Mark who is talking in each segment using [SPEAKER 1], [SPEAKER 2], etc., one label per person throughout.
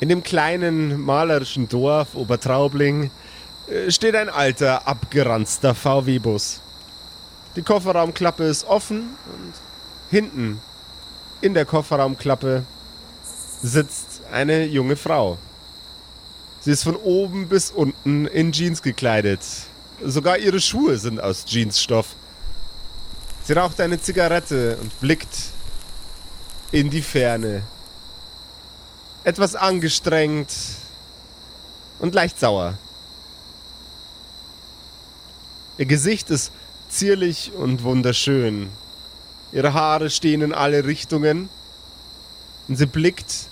[SPEAKER 1] In dem kleinen malerischen Dorf Obertraubling äh, steht ein alter, abgeranzter VW-Bus. Die Kofferraumklappe ist offen und hinten in der Kofferraumklappe sitzt eine junge Frau. Sie ist von oben bis unten in Jeans gekleidet. Sogar ihre Schuhe sind aus Jeansstoff. Sie raucht eine Zigarette und blickt in die Ferne. Etwas angestrengt und leicht sauer. Ihr Gesicht ist zierlich und wunderschön. Ihre Haare stehen in alle Richtungen und sie blickt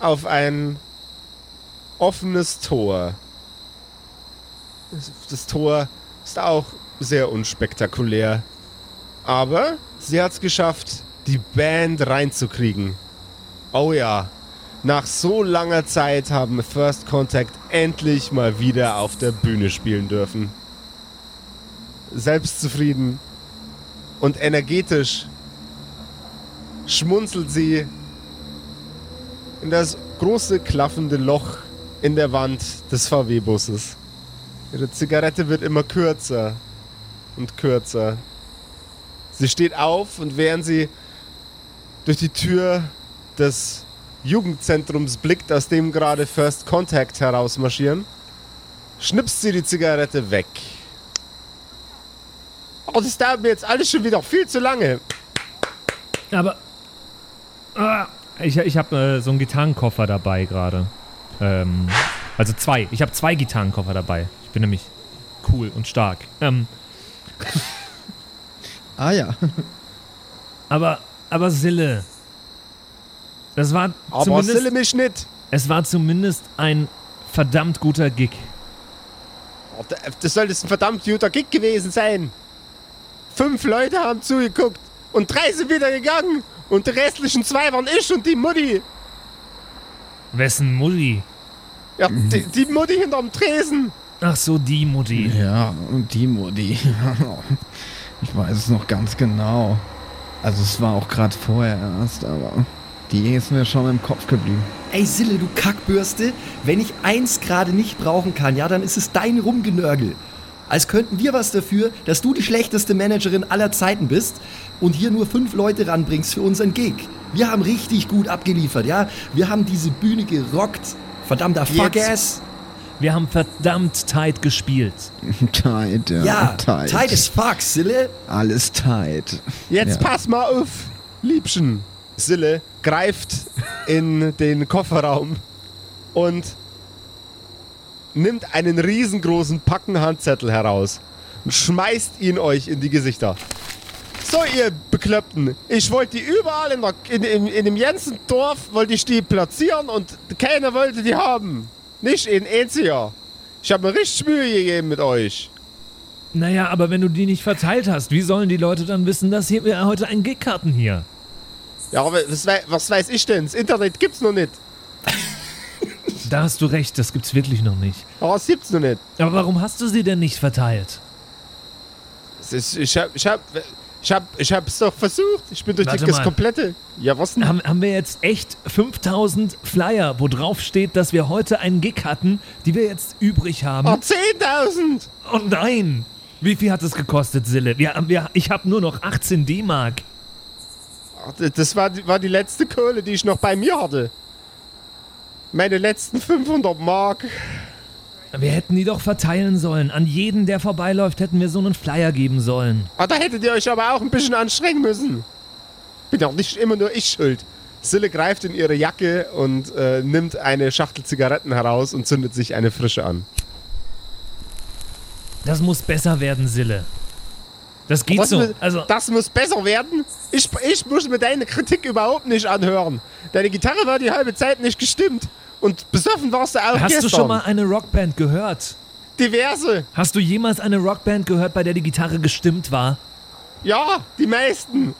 [SPEAKER 1] auf ein offenes Tor. Das- Das Tor ist auch sehr unspektakulär. Aber sie hat es geschafft, die Band reinzukriegen. Oh ja, nach so langer Zeit haben First Contact endlich mal wieder auf der Bühne spielen dürfen. Selbstzufrieden und energetisch schmunzelt sie in das große klaffende Loch in der Wand des VW-Busses. Ihre Zigarette wird immer kürzer und kürzer. Sie steht auf und während sie durch die Tür des Jugendzentrums blickt, aus dem gerade First Contact herausmarschieren, schnipst sie die Zigarette weg. Oh, das dauert mir jetzt alles schon wieder viel zu lange.
[SPEAKER 2] Aber. Ah, ich ich habe äh, so einen Gitarrenkoffer dabei gerade. Ähm, also zwei. Ich habe zwei Gitarrenkoffer dabei. Ich bin nämlich cool und stark. Ähm,
[SPEAKER 3] Ah ja.
[SPEAKER 2] aber, aber Sille. Das war
[SPEAKER 1] Aber
[SPEAKER 2] zumindest.
[SPEAKER 1] sille mich nicht.
[SPEAKER 2] Es war zumindest ein verdammt guter Gig.
[SPEAKER 1] Oh, da- Das soll das ein verdammt guter Gig gewesen sein. Fünf Leute haben zugeguckt und drei sind wieder gegangen. Und die restlichen zwei waren ich und die Mutti.
[SPEAKER 2] Wessen Mutti?
[SPEAKER 1] Ja, die, die Mutti hinterm Tresen.
[SPEAKER 2] Ach so, die Mutti.
[SPEAKER 3] Ja, und die Mutti. Ich weiß es noch ganz genau. Also es war auch gerade vorher erst, aber die ist mir schon im Kopf geblieben.
[SPEAKER 4] Ey Sille, du Kackbürste, wenn ich eins gerade nicht brauchen kann, ja, dann ist es dein Rumgenörgel. Als könnten wir was dafür, dass du die schlechteste Managerin aller Zeiten bist und hier nur fünf Leute ranbringst für unseren Gig. Wir haben richtig gut abgeliefert, ja. Wir haben diese Bühne gerockt. Verdammter Fuckass.
[SPEAKER 2] Wir haben verdammt tight gespielt.
[SPEAKER 3] Tight, ja.
[SPEAKER 4] Ja,
[SPEAKER 3] tight.
[SPEAKER 4] tight as fuck, Sille.
[SPEAKER 3] Alles tight.
[SPEAKER 1] Jetzt
[SPEAKER 3] Ja.
[SPEAKER 1] pass mal auf, Liebchen. Sille greift in den Kofferraum und nimmt einen riesengroßen Packen Handzettel heraus und schmeißt ihn euch in die Gesichter. So, ihr Bekloppten, ich wollte die überall in, der, in, in, in dem ganzen Dorf wollte ich die platzieren und keiner wollte die haben. Nicht in einziger. Ich habe mir richtig Mühe gegeben mit euch.
[SPEAKER 2] Naja, aber wenn du die nicht verteilt hast, wie sollen die Leute dann wissen, dass hier, wir heute einen Gig hatten hier?
[SPEAKER 1] Ja, aber was, wei- was weiß ich denn? Das Internet gibt's noch nicht.
[SPEAKER 2] Da hast du recht, das gibt's wirklich noch nicht.
[SPEAKER 1] Aber es gibt's noch nicht.
[SPEAKER 2] Aber warum hast du sie denn nicht verteilt?
[SPEAKER 1] Es ist, ich hab, ich hab, ich hab, ich hab's doch versucht. Ich bin durch
[SPEAKER 2] Warte
[SPEAKER 1] die, das
[SPEAKER 2] mal.
[SPEAKER 1] komplette. Ja, was denn?
[SPEAKER 2] Haben, haben wir jetzt echt 5000 Flyer, wo drauf steht, dass wir heute einen Gig hatten, die wir jetzt übrig haben?
[SPEAKER 1] Oh, 10.000!
[SPEAKER 2] Oh nein! Wie viel hat es gekostet, Sille? Wir, wir, ich habe nur noch 18 D-Mark.
[SPEAKER 1] Oh, d- Das war, die- war die letzte Kohle, die ich noch bei mir hatte. Meine letzten 500 Mark.
[SPEAKER 2] Wir hätten die doch verteilen sollen. An jeden, der vorbeiläuft, hätten wir so einen Flyer geben sollen.
[SPEAKER 1] Ah, da hättet ihr euch aber auch ein bisschen anstrengen müssen. Bin doch nicht immer nur ich schuld. Sille greift in ihre Jacke und äh, nimmt eine Schachtel Zigaretten heraus und zündet sich eine frische an.
[SPEAKER 2] Das muss besser werden, Sille. Das geht
[SPEAKER 1] Das,
[SPEAKER 2] so.
[SPEAKER 1] muss,
[SPEAKER 2] Also,
[SPEAKER 1] das muss besser werden. Ich, ich muss mir deine Kritik überhaupt nicht anhören. Deine Gitarre war die halbe Zeit nicht gestimmt. Und besoffen warst du auch
[SPEAKER 2] hast
[SPEAKER 1] gestern.
[SPEAKER 2] du schon mal eine Rockband gehört?
[SPEAKER 1] Diverse.
[SPEAKER 2] Hast du jemals eine Rockband gehört, bei der die Gitarre gestimmt war?
[SPEAKER 1] Ja, die meisten.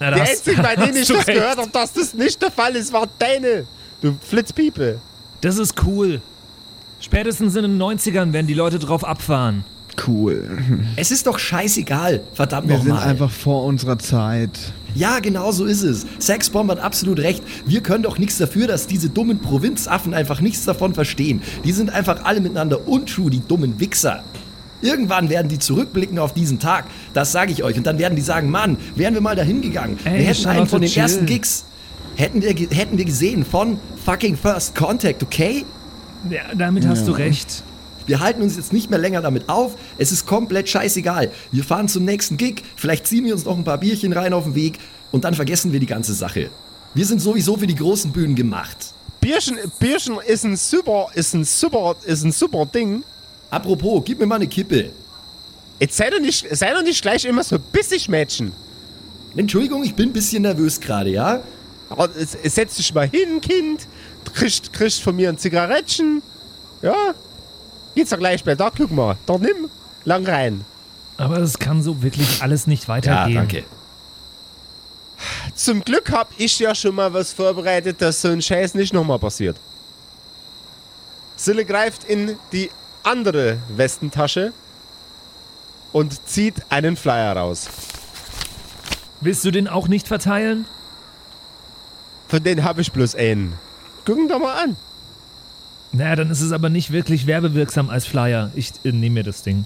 [SPEAKER 2] Na, da
[SPEAKER 1] Die
[SPEAKER 2] hast-
[SPEAKER 1] einzigen, bei denen
[SPEAKER 2] hast
[SPEAKER 1] ich
[SPEAKER 2] du
[SPEAKER 1] das
[SPEAKER 2] recht.
[SPEAKER 1] gehört habe, dass das nicht der Fall ist, war deine. Du Flitzpiepe.
[SPEAKER 2] Das ist cool. Spätestens in den 90ern werden die Leute drauf abfahren.
[SPEAKER 3] Cool.
[SPEAKER 4] Es ist doch scheißegal. Verdammt
[SPEAKER 3] Wir sind
[SPEAKER 4] nochmal.
[SPEAKER 3] einfach vor unserer Zeit.
[SPEAKER 4] Ja, genau so ist es. Sexbomb hat absolut recht. Wir können doch nichts dafür, dass diese dummen Provinzaffen einfach nichts davon verstehen. Die sind einfach alle miteinander untrue, die dummen Wichser. Irgendwann werden die zurückblicken auf diesen Tag. Das sage ich euch. Und dann werden die sagen, Mann, wären wir mal dahin gegangen.
[SPEAKER 2] Ey,
[SPEAKER 4] wir
[SPEAKER 2] ist
[SPEAKER 4] hätten
[SPEAKER 2] doch
[SPEAKER 4] einen
[SPEAKER 2] so
[SPEAKER 4] von den
[SPEAKER 2] chill.
[SPEAKER 4] ersten Gigs. Hätten wir, ge- hätten wir gesehen von fucking First Contact, okay?
[SPEAKER 2] Ja, damit hast du recht.
[SPEAKER 4] Wir halten uns jetzt nicht mehr länger damit auf. Es ist komplett scheißegal. Wir fahren zum nächsten Gig. Vielleicht ziehen wir uns noch ein paar Bierchen rein auf den Weg und dann vergessen wir die ganze Sache. Wir sind sowieso für die großen Bühnen gemacht.
[SPEAKER 1] Bierchen, Bierchen ist ein super, ist ein super, ist ein super Ding.
[SPEAKER 4] Apropos, gib mir mal eine Kippe.
[SPEAKER 1] Jetzt sei doch nicht, sei doch nicht gleich immer so bissig, Mädchen.
[SPEAKER 4] Entschuldigung, ich bin ein bisschen nervös gerade, ja?
[SPEAKER 1] Aber es- es Setz dich mal hin, Kind. Du kriegst, kriegst von mir ein Zigarettchen. Ja. Geht's doch gleich bei da, guck mal. Da nimm. Lang rein.
[SPEAKER 2] Aber es kann so wirklich alles nicht
[SPEAKER 4] Ja,
[SPEAKER 2] weitergehen.
[SPEAKER 4] danke.
[SPEAKER 1] Zum Glück hab ich ja schon mal was vorbereitet, dass so ein Scheiß nicht nochmal passiert. Sille greift in die andere Westentasche und zieht einen Flyer raus.
[SPEAKER 2] Willst du den auch nicht verteilen?
[SPEAKER 1] Von denen hab ich bloß einen. Gucken doch mal an.
[SPEAKER 2] Naja, dann ist es aber nicht wirklich werbewirksam als Flyer. Ich äh, nehme mir das Ding.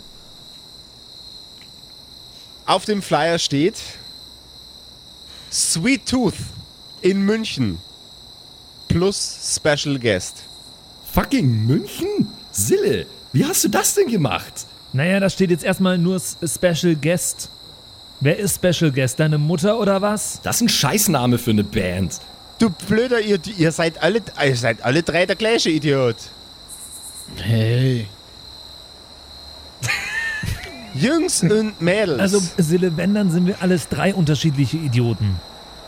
[SPEAKER 1] Auf dem Flyer steht Sweet Tooth in München plus Special Guest.
[SPEAKER 4] Fucking München? Sille, wie hast du das denn gemacht?
[SPEAKER 2] Naja, da steht jetzt erstmal nur S- Special Guest. Wer ist Special Guest? Deine Mutter oder was?
[SPEAKER 4] Das ist ein Scheißname für eine Band.
[SPEAKER 1] Du blöder, ihr, ihr seid alle, ihr seid alle drei der gleiche Idiot.
[SPEAKER 3] Hey.
[SPEAKER 1] Jungs und Mädels.
[SPEAKER 2] Also, Sille, wenn, dann sind wir alles drei unterschiedliche Idioten.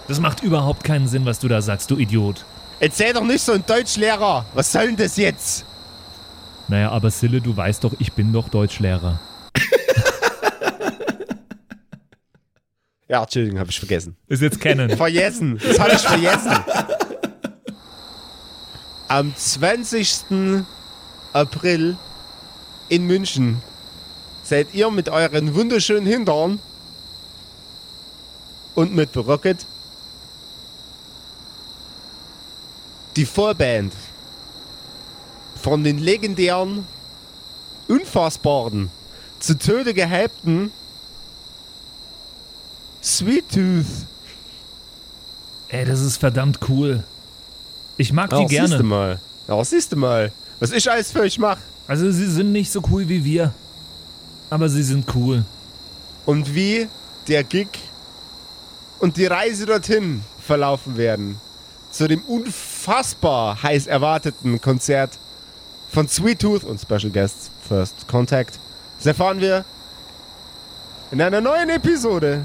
[SPEAKER 2] Das macht überhaupt keinen Sinn, was du da sagst, du Idiot.
[SPEAKER 1] Erzähl doch nicht so ein Deutschlehrer. Was soll denn das jetzt?
[SPEAKER 2] Naja, aber Sille, du weißt doch, ich bin doch Deutschlehrer.
[SPEAKER 1] Ja, Entschuldigung, habe ich vergessen.
[SPEAKER 2] Ist jetzt Canon.
[SPEAKER 1] Vergessen. Das habe ich vergessen. Am 20. April in München seid ihr mit euren wunderschönen Hintern und mit The Rocket die Vorband von den legendären, unfassbaren, zu Tode gehypten Sweet Tooth.
[SPEAKER 2] Ey, das ist verdammt cool. Ich mag die
[SPEAKER 1] Siehst du
[SPEAKER 2] gerne.
[SPEAKER 1] mal. Ja, siehst du mal. Was ich alles für euch mache.
[SPEAKER 2] Also, sie sind nicht so cool wie wir. Aber sie sind cool.
[SPEAKER 1] Und wie der Gig und die Reise dorthin verlaufen werden. Zu dem unfassbar heiß erwarteten Konzert von Sweet Tooth und Special Guest First Contact. Das erfahren wir in einer neuen Episode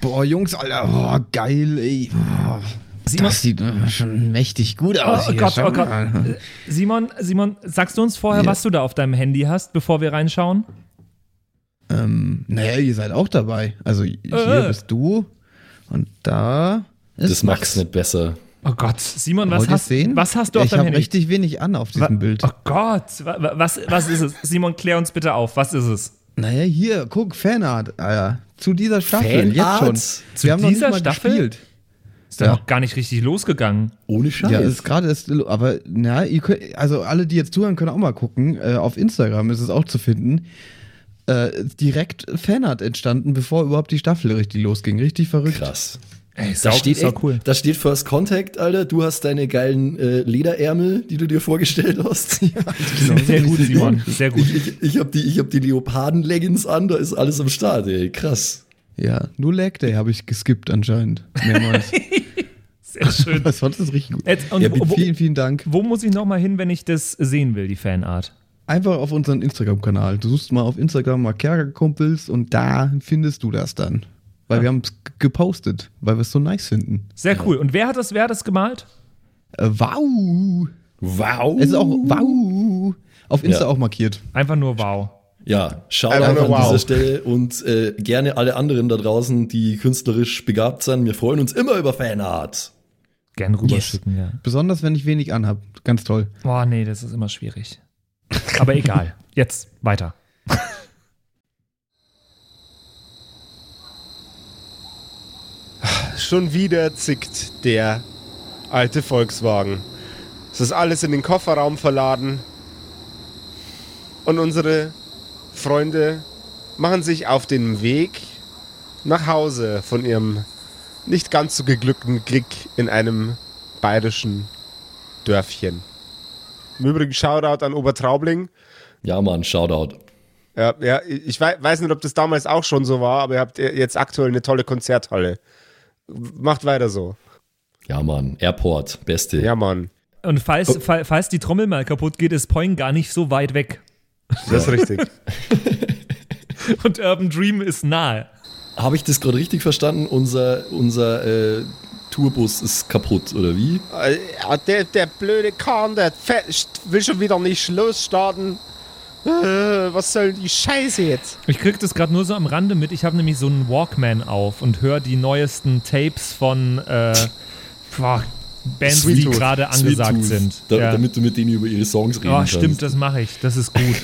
[SPEAKER 3] Boah, Jungs, Alter. Boah, geil, ey. Boah,
[SPEAKER 2] Simon-
[SPEAKER 3] das sieht äh, schon mächtig gut
[SPEAKER 4] Oh
[SPEAKER 3] aus. hier. Schau mal.
[SPEAKER 2] Äh, Simon, Simon, sagst du uns vorher,
[SPEAKER 3] Ja.
[SPEAKER 2] was du da auf deinem Handy hast, bevor wir reinschauen?
[SPEAKER 3] Ähm, naja, ihr seid auch dabei. Also hier
[SPEAKER 2] Äh.
[SPEAKER 3] bist du und da ist
[SPEAKER 4] Das mag's nicht besser.
[SPEAKER 2] Oh Gott. Simon, was
[SPEAKER 3] Wollt
[SPEAKER 2] hast,
[SPEAKER 3] ihr's sehen?
[SPEAKER 2] was hast du auf
[SPEAKER 3] ich
[SPEAKER 2] deinem
[SPEAKER 3] hab
[SPEAKER 2] Handy?
[SPEAKER 3] richtig wenig an auf
[SPEAKER 2] Wa-
[SPEAKER 3] diesem Bild.
[SPEAKER 2] Oh Gott, wa- wa- was, was ist es? Simon, klär uns bitte auf, was ist es?
[SPEAKER 3] Naja, hier, guck, Fanart, Alter. Zu dieser Staffel,
[SPEAKER 4] Fanart?
[SPEAKER 3] jetzt schon.
[SPEAKER 2] Zu
[SPEAKER 3] Wir haben noch nicht
[SPEAKER 2] dieser
[SPEAKER 3] mal
[SPEAKER 2] Staffel?
[SPEAKER 3] gespielt.
[SPEAKER 2] Ist doch
[SPEAKER 3] Ja.
[SPEAKER 2] noch gar nicht richtig losgegangen.
[SPEAKER 4] Ohne Scheiß.
[SPEAKER 3] Ja, ist gerade erst, aber na, ihr könnt, also alle, die jetzt zuhören, können auch mal gucken. Äh, auf Instagram ist es auch zu finden. Äh, direkt Fanart entstanden, bevor überhaupt die Staffel richtig losging. Richtig verrückt.
[SPEAKER 4] krass.
[SPEAKER 2] Ey,
[SPEAKER 4] Da steht,
[SPEAKER 2] sau
[SPEAKER 4] echt, da steht First Contact, Alter. Du hast deine geilen äh, Lederärmel, die du dir vorgestellt hast. genau,
[SPEAKER 2] Sehr gut, Simon. Sehr
[SPEAKER 4] Ich,
[SPEAKER 2] gut.
[SPEAKER 4] ich, ich habe die, ich hab die Leoparden-Leggings an, da ist alles am Start, ey. Krass.
[SPEAKER 3] Ja, nur Lag Day habe ich geskippt anscheinend. Mehrmals.
[SPEAKER 2] Sehr schön.
[SPEAKER 3] aber sonst ist richtig gut.
[SPEAKER 2] Jetzt, und
[SPEAKER 4] Ja,
[SPEAKER 2] wo,
[SPEAKER 3] Vielen, vielen Dank.
[SPEAKER 2] wo muss ich nochmal hin, wenn ich das sehen will, die Fanart?
[SPEAKER 3] Einfach auf unseren Instagram-Kanal. Du suchst mal auf Instagram mal Kerkerkumpels und da findest du das dann. Weil wir haben es gepostet, weil wir es so nice finden.
[SPEAKER 2] Sehr cool. Und wer hat das, wer hat das gemalt?
[SPEAKER 3] Äh, wow!
[SPEAKER 4] Wow.
[SPEAKER 3] Es ist auch wow! Auf Insta
[SPEAKER 4] Ja.
[SPEAKER 3] auch markiert.
[SPEAKER 2] Einfach nur wow.
[SPEAKER 4] Ja, Shoutout
[SPEAKER 1] Einfach nur
[SPEAKER 4] an
[SPEAKER 1] wow.
[SPEAKER 4] dieser Stelle und äh, gerne alle anderen da draußen, die künstlerisch begabt sind. Wir freuen uns immer über Fanart.
[SPEAKER 2] Gern rüberschicken, ja.
[SPEAKER 3] Besonders wenn ich wenig anhab. Ganz toll.
[SPEAKER 2] Boah, nee, das ist immer schwierig. Aber egal. Jetzt weiter.
[SPEAKER 1] Schon wieder zickt der alte Volkswagen. Es ist alles in den Kofferraum verladen. Und unsere Freunde machen sich auf den Weg nach Hause von ihrem nicht ganz so geglückten Gig in einem bayerischen Dörfchen. Im Übrigen Shoutout an Obertraubling.
[SPEAKER 4] Ja, Mann, Shoutout.
[SPEAKER 1] Ja, ja, ich wei- weiß nicht, ob das damals auch schon so war, aber ihr habt jetzt aktuell eine tolle Konzerthalle. Macht weiter so.
[SPEAKER 4] Ja, Mann, Airport, beste.
[SPEAKER 1] Ja, Mann.
[SPEAKER 2] Und falls, fall- falls die Trommel mal kaputt geht, ist Poing gar nicht so weit weg.
[SPEAKER 1] Das ist richtig.
[SPEAKER 2] Und Urban Dream ist nahe.
[SPEAKER 4] Habe ich das gerade richtig verstanden? Unser, unser äh, Tourbus ist kaputt, oder wie?
[SPEAKER 1] Äh, ja, der, der blöde Kahn, der fe- st- will schon wieder nicht Schluss starten. Äh, was soll die Scheiße jetzt?
[SPEAKER 2] Ich krieg das gerade nur so am Rande mit. Ich habe nämlich so einen Walkman auf und höre die neuesten Tapes von äh, boah, Bands,
[SPEAKER 1] Sweet
[SPEAKER 2] die
[SPEAKER 1] Tooth.
[SPEAKER 2] gerade angesagt
[SPEAKER 4] Sweet Tooth,
[SPEAKER 2] sind.
[SPEAKER 4] Da,
[SPEAKER 2] ja.
[SPEAKER 4] Damit du mit denen über ihre Songs reden
[SPEAKER 2] oh,
[SPEAKER 4] kannst.
[SPEAKER 2] stimmt, das mache ich. Das ist gut.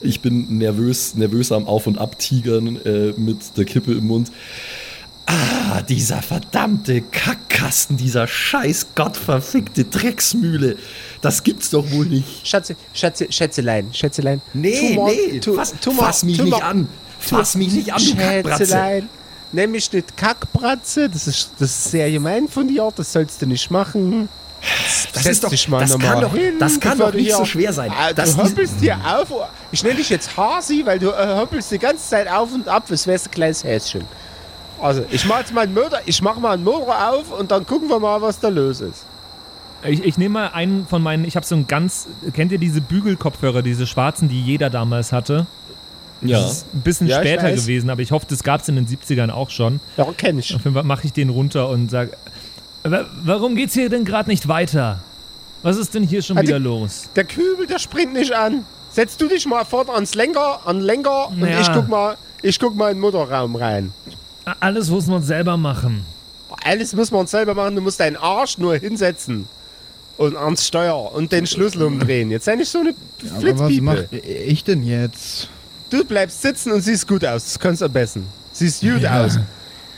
[SPEAKER 4] Ich bin nervös, nervös am Auf- und Abtigern äh, mit der Kippe im Mund. Ah, dieser verdammte Kackkasten, dieser scheiß gottverfickte Drecksmühle. Das gibt's doch wohl nicht.
[SPEAKER 1] Schätze, Schätze, Schätzelein, Schätzelein. Tu
[SPEAKER 4] Nee,
[SPEAKER 1] mal-
[SPEAKER 4] nee,
[SPEAKER 1] tu-
[SPEAKER 4] fass,
[SPEAKER 1] tu mal-
[SPEAKER 4] fass mich
[SPEAKER 1] tu
[SPEAKER 4] nicht
[SPEAKER 1] mal-
[SPEAKER 4] an. Fass mich nicht an, du Kackbratze.
[SPEAKER 1] Schätzelein. Nenn mich nicht Kackbratze, das ist, das ist sehr gemein von dir, das sollst du nicht machen.
[SPEAKER 4] Das
[SPEAKER 1] Setz
[SPEAKER 4] ist doch,
[SPEAKER 1] dich mal
[SPEAKER 4] das
[SPEAKER 1] noch
[SPEAKER 4] kann
[SPEAKER 1] mal
[SPEAKER 4] doch,
[SPEAKER 1] hin,
[SPEAKER 4] das kann
[SPEAKER 1] bevor
[SPEAKER 4] doch
[SPEAKER 1] du
[SPEAKER 4] nicht
[SPEAKER 1] hier-
[SPEAKER 4] so schwer sein.
[SPEAKER 1] Ah,
[SPEAKER 4] Das
[SPEAKER 1] du
[SPEAKER 4] ist,
[SPEAKER 1] hoppelst hier auf, ich nenne dich jetzt Hasi, weil du äh, hoppelst die ganze Zeit auf und ab, als wärst du ein kleines Häschen. Also, ich mach jetzt mal einen Motor, ich mach mal einen Motor auf und dann gucken wir mal, was da los ist.
[SPEAKER 2] Ich, ich nehme mal einen von meinen, ich habe so einen ganz, kennt ihr diese Bügelkopfhörer, diese schwarzen, die jeder damals hatte?
[SPEAKER 4] ja.
[SPEAKER 2] Das ist ein bisschen
[SPEAKER 1] Ja, ich
[SPEAKER 2] später
[SPEAKER 1] weiß.
[SPEAKER 2] gewesen, aber ich hoffe, das gab es in den 70ern auch schon.
[SPEAKER 1] Ja, kenn ich.
[SPEAKER 2] Auf jeden Fall mache ich den runter und sage, warum geht's hier denn gerade nicht weiter? Was ist denn hier schon
[SPEAKER 1] Also-
[SPEAKER 2] wieder los?
[SPEAKER 1] Der Kübel, der springt nicht an. Setz du dich mal fort ans Lenker, an den Lenker und
[SPEAKER 2] Ja.
[SPEAKER 1] ich guck mal, ich guck mal in den Motorraum rein.
[SPEAKER 2] A- Alles muss man selber machen.
[SPEAKER 1] Alles müssen wir uns selber machen, du musst deinen Arsch nur hinsetzen und ans Steuer und den Schlüssel umdrehen. Jetzt sei nicht so eine
[SPEAKER 3] Aber was
[SPEAKER 1] Flitzpiepe.
[SPEAKER 3] mache ich denn jetzt?
[SPEAKER 1] Du bleibst sitzen und siehst gut aus, das kannst du am besten. Siehst gut aus,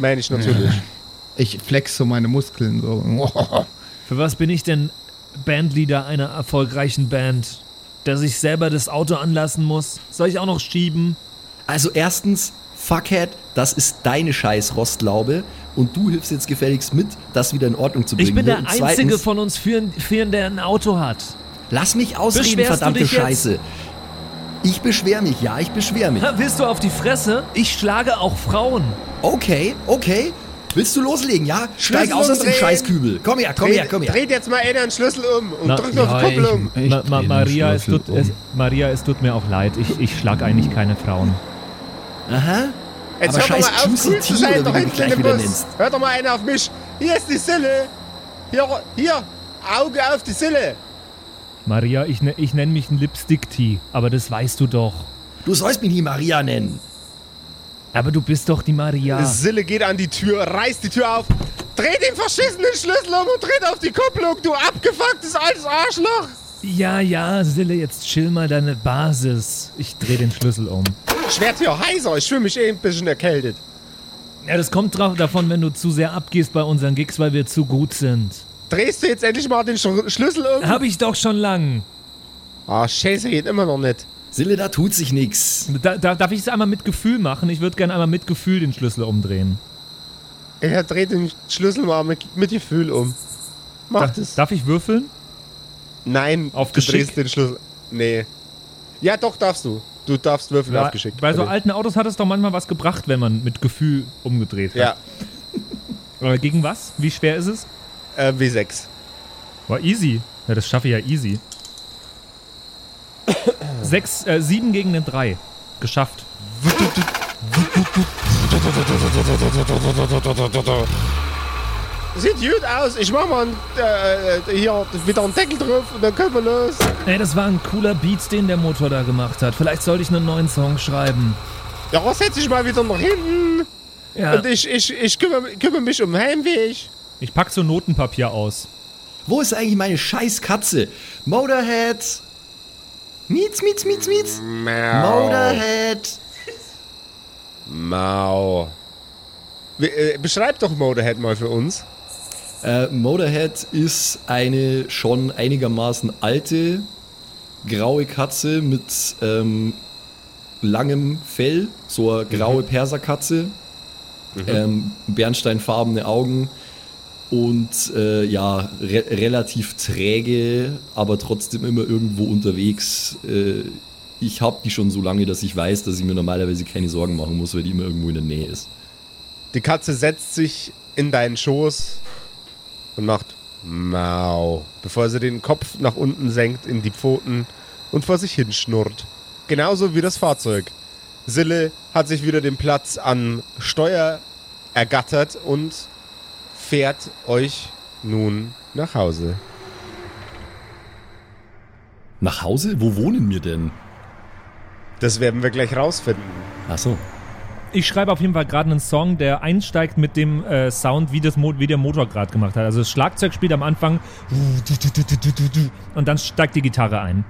[SPEAKER 1] meine ich natürlich.
[SPEAKER 3] Ich flex so meine Muskeln so.
[SPEAKER 2] Für was bin ich denn Bandleader einer erfolgreichen Band? Dass ich selber das Auto anlassen muss? Soll ich auch noch schieben?
[SPEAKER 4] Also erstens, Fuckhead, das ist deine scheiß Rostlaube und du hilfst jetzt gefälligst mit, das wieder in Ordnung zu bringen.
[SPEAKER 2] Ich bin
[SPEAKER 4] hier.
[SPEAKER 2] der
[SPEAKER 4] Und
[SPEAKER 2] Einzige von uns Vieren, Vieren, der ein Auto hat.
[SPEAKER 4] Lass mich ausreden,
[SPEAKER 2] Beschwerst du
[SPEAKER 4] verdammte
[SPEAKER 2] dich jetzt?
[SPEAKER 4] Scheiße. Ich beschwer mich, ja, ich beschwer mich.
[SPEAKER 2] Ha, Willst du auf die Fresse? Ich schlage auch Frauen.
[SPEAKER 4] Okay, okay. Willst du loslegen, ja? Steig
[SPEAKER 1] Schlüssel
[SPEAKER 4] aus aus dem
[SPEAKER 1] umdrehen.
[SPEAKER 4] Scheißkübel. Komm her, komm her, komm her.
[SPEAKER 1] Dreht jetzt mal einer den Schlüssel um und
[SPEAKER 2] Na,
[SPEAKER 1] drückt auf die Kupplung. um.
[SPEAKER 3] Ich
[SPEAKER 2] Ma Ma
[SPEAKER 3] dreh den
[SPEAKER 2] Maria, es tut,
[SPEAKER 3] Schlüssel um.
[SPEAKER 2] es, Maria, es tut mir auch leid. Ich, ich schlag eigentlich keine Frauen.
[SPEAKER 4] Aha.
[SPEAKER 1] Jetzt
[SPEAKER 4] Aber
[SPEAKER 1] hör doch
[SPEAKER 4] scheiß
[SPEAKER 1] mal auf,
[SPEAKER 4] Juicy
[SPEAKER 1] cool zu
[SPEAKER 4] Tea,
[SPEAKER 1] sein,
[SPEAKER 4] oder
[SPEAKER 1] doch
[SPEAKER 4] wie du
[SPEAKER 1] hinten
[SPEAKER 4] mich
[SPEAKER 1] in
[SPEAKER 4] gleich
[SPEAKER 1] den
[SPEAKER 4] wieder
[SPEAKER 1] Bus.
[SPEAKER 4] nennst.
[SPEAKER 1] Hör doch mal einer auf mich. Hier ist die Sille. Hier, hier, Auge auf die Sille.
[SPEAKER 2] Maria, ich, ne- ich nenne mich ein Lipstick-Tee, aber das weißt du doch.
[SPEAKER 4] Du sollst mich nie Maria nennen.
[SPEAKER 2] Aber du bist doch die
[SPEAKER 4] Ah.
[SPEAKER 2] Maria.
[SPEAKER 1] Sille geht an die Tür, reißt die Tür auf, dreht den verschissenen Schlüssel um und dreht auf die Kupplung, du abgefucktes altes Arschloch.
[SPEAKER 2] Ja, ja, Sille, jetzt chill mal deine Basis. Ich dreh den Schlüssel um.
[SPEAKER 1] Ich werd hier heiser, ich fühle mich eh ein bisschen erkältet.
[SPEAKER 2] Ja, das kommt drauf davon, wenn du zu sehr abgehst bei unseren Gigs, weil wir zu gut sind.
[SPEAKER 1] Drehst du jetzt endlich mal den Schr- Schlüssel
[SPEAKER 4] Ah.
[SPEAKER 1] um?
[SPEAKER 2] Hab ich doch schon lang.
[SPEAKER 1] Ah, scheiße, geht immer noch nicht.
[SPEAKER 4] Sille, da tut sich nix.
[SPEAKER 2] Da, da, darf ich es einmal mit Gefühl machen? Ich würde gerne einmal mit Gefühl den Schlüssel umdrehen.
[SPEAKER 1] Er dreht den Schlüssel mal mit, mit Gefühl um. Mach
[SPEAKER 2] Da,
[SPEAKER 1] das.
[SPEAKER 2] darf ich würfeln?
[SPEAKER 1] Nein,
[SPEAKER 2] Auf
[SPEAKER 1] du
[SPEAKER 2] Geschick?
[SPEAKER 1] drehst den Schlüssel. Nee. Ja, doch, darfst du. Du darfst würfeln auf Geschick.
[SPEAKER 2] Bei so
[SPEAKER 1] Okay.
[SPEAKER 2] alten Autos hat es doch manchmal was gebracht, wenn man mit Gefühl umgedreht hat.
[SPEAKER 1] Ja,
[SPEAKER 2] Aber gegen was? Wie schwer ist es?
[SPEAKER 1] äh, W6.
[SPEAKER 2] War easy. Ja, das schaffe ich ja easy. Sechs, äh, sieben gegen den drei. Geschafft.
[SPEAKER 1] Sieht gut aus. Ich mach mal äh, hier wieder einen Deckel drauf und dann können wir los.
[SPEAKER 2] Ey, das war ein cooler Beat, den der Motor da gemacht hat. Vielleicht sollte ich einen neuen Song schreiben.
[SPEAKER 1] Ja, was setz ich mal wieder nach hinten.
[SPEAKER 2] Ja.
[SPEAKER 1] Und ich, ich, ich kümmere, kümmere mich um Heimweg.
[SPEAKER 2] Ich pack so Notenpapier aus.
[SPEAKER 4] Wo ist eigentlich meine scheiß Katze? Motorhead! Mietz, mietz, mietz, mietz! Motorhead!
[SPEAKER 1] Mau. Wie- äh, Beschreib doch Motorhead mal für uns.
[SPEAKER 4] Äh, Motorhead ist eine schon einigermaßen alte, graue Katze mit ähm, langem Fell, so eine graue Perserkatze, ähm, bernsteinfarbene Augen und äh, ja, re relativ träge, aber trotzdem immer irgendwo unterwegs. Äh, ich habe die schon so lange, dass ich weiß, dass ich mir normalerweise keine Sorgen machen muss, weil die immer irgendwo in der Nähe ist.
[SPEAKER 1] Die Katze setzt sich in deinen Schoß und macht Mau, bevor sie den Kopf nach unten senkt in die Pfoten und vor sich hinschnurrt. Genauso wie das Fahrzeug. Sille hat sich wieder den Platz am Steuer ergattert und fährt euch nun nach Hause.
[SPEAKER 4] Nach Hause? Wo wohnen wir denn?
[SPEAKER 1] Das werden wir gleich rausfinden.
[SPEAKER 4] Ach so.
[SPEAKER 2] Ich schreibe auf jeden Fall gerade einen Song, der einsteigt mit dem äh, Sound, wie, das Mo wie der Motor gerade gemacht hat. Also das Schlagzeug spielt am Anfang und dann steigt die Gitarre ein.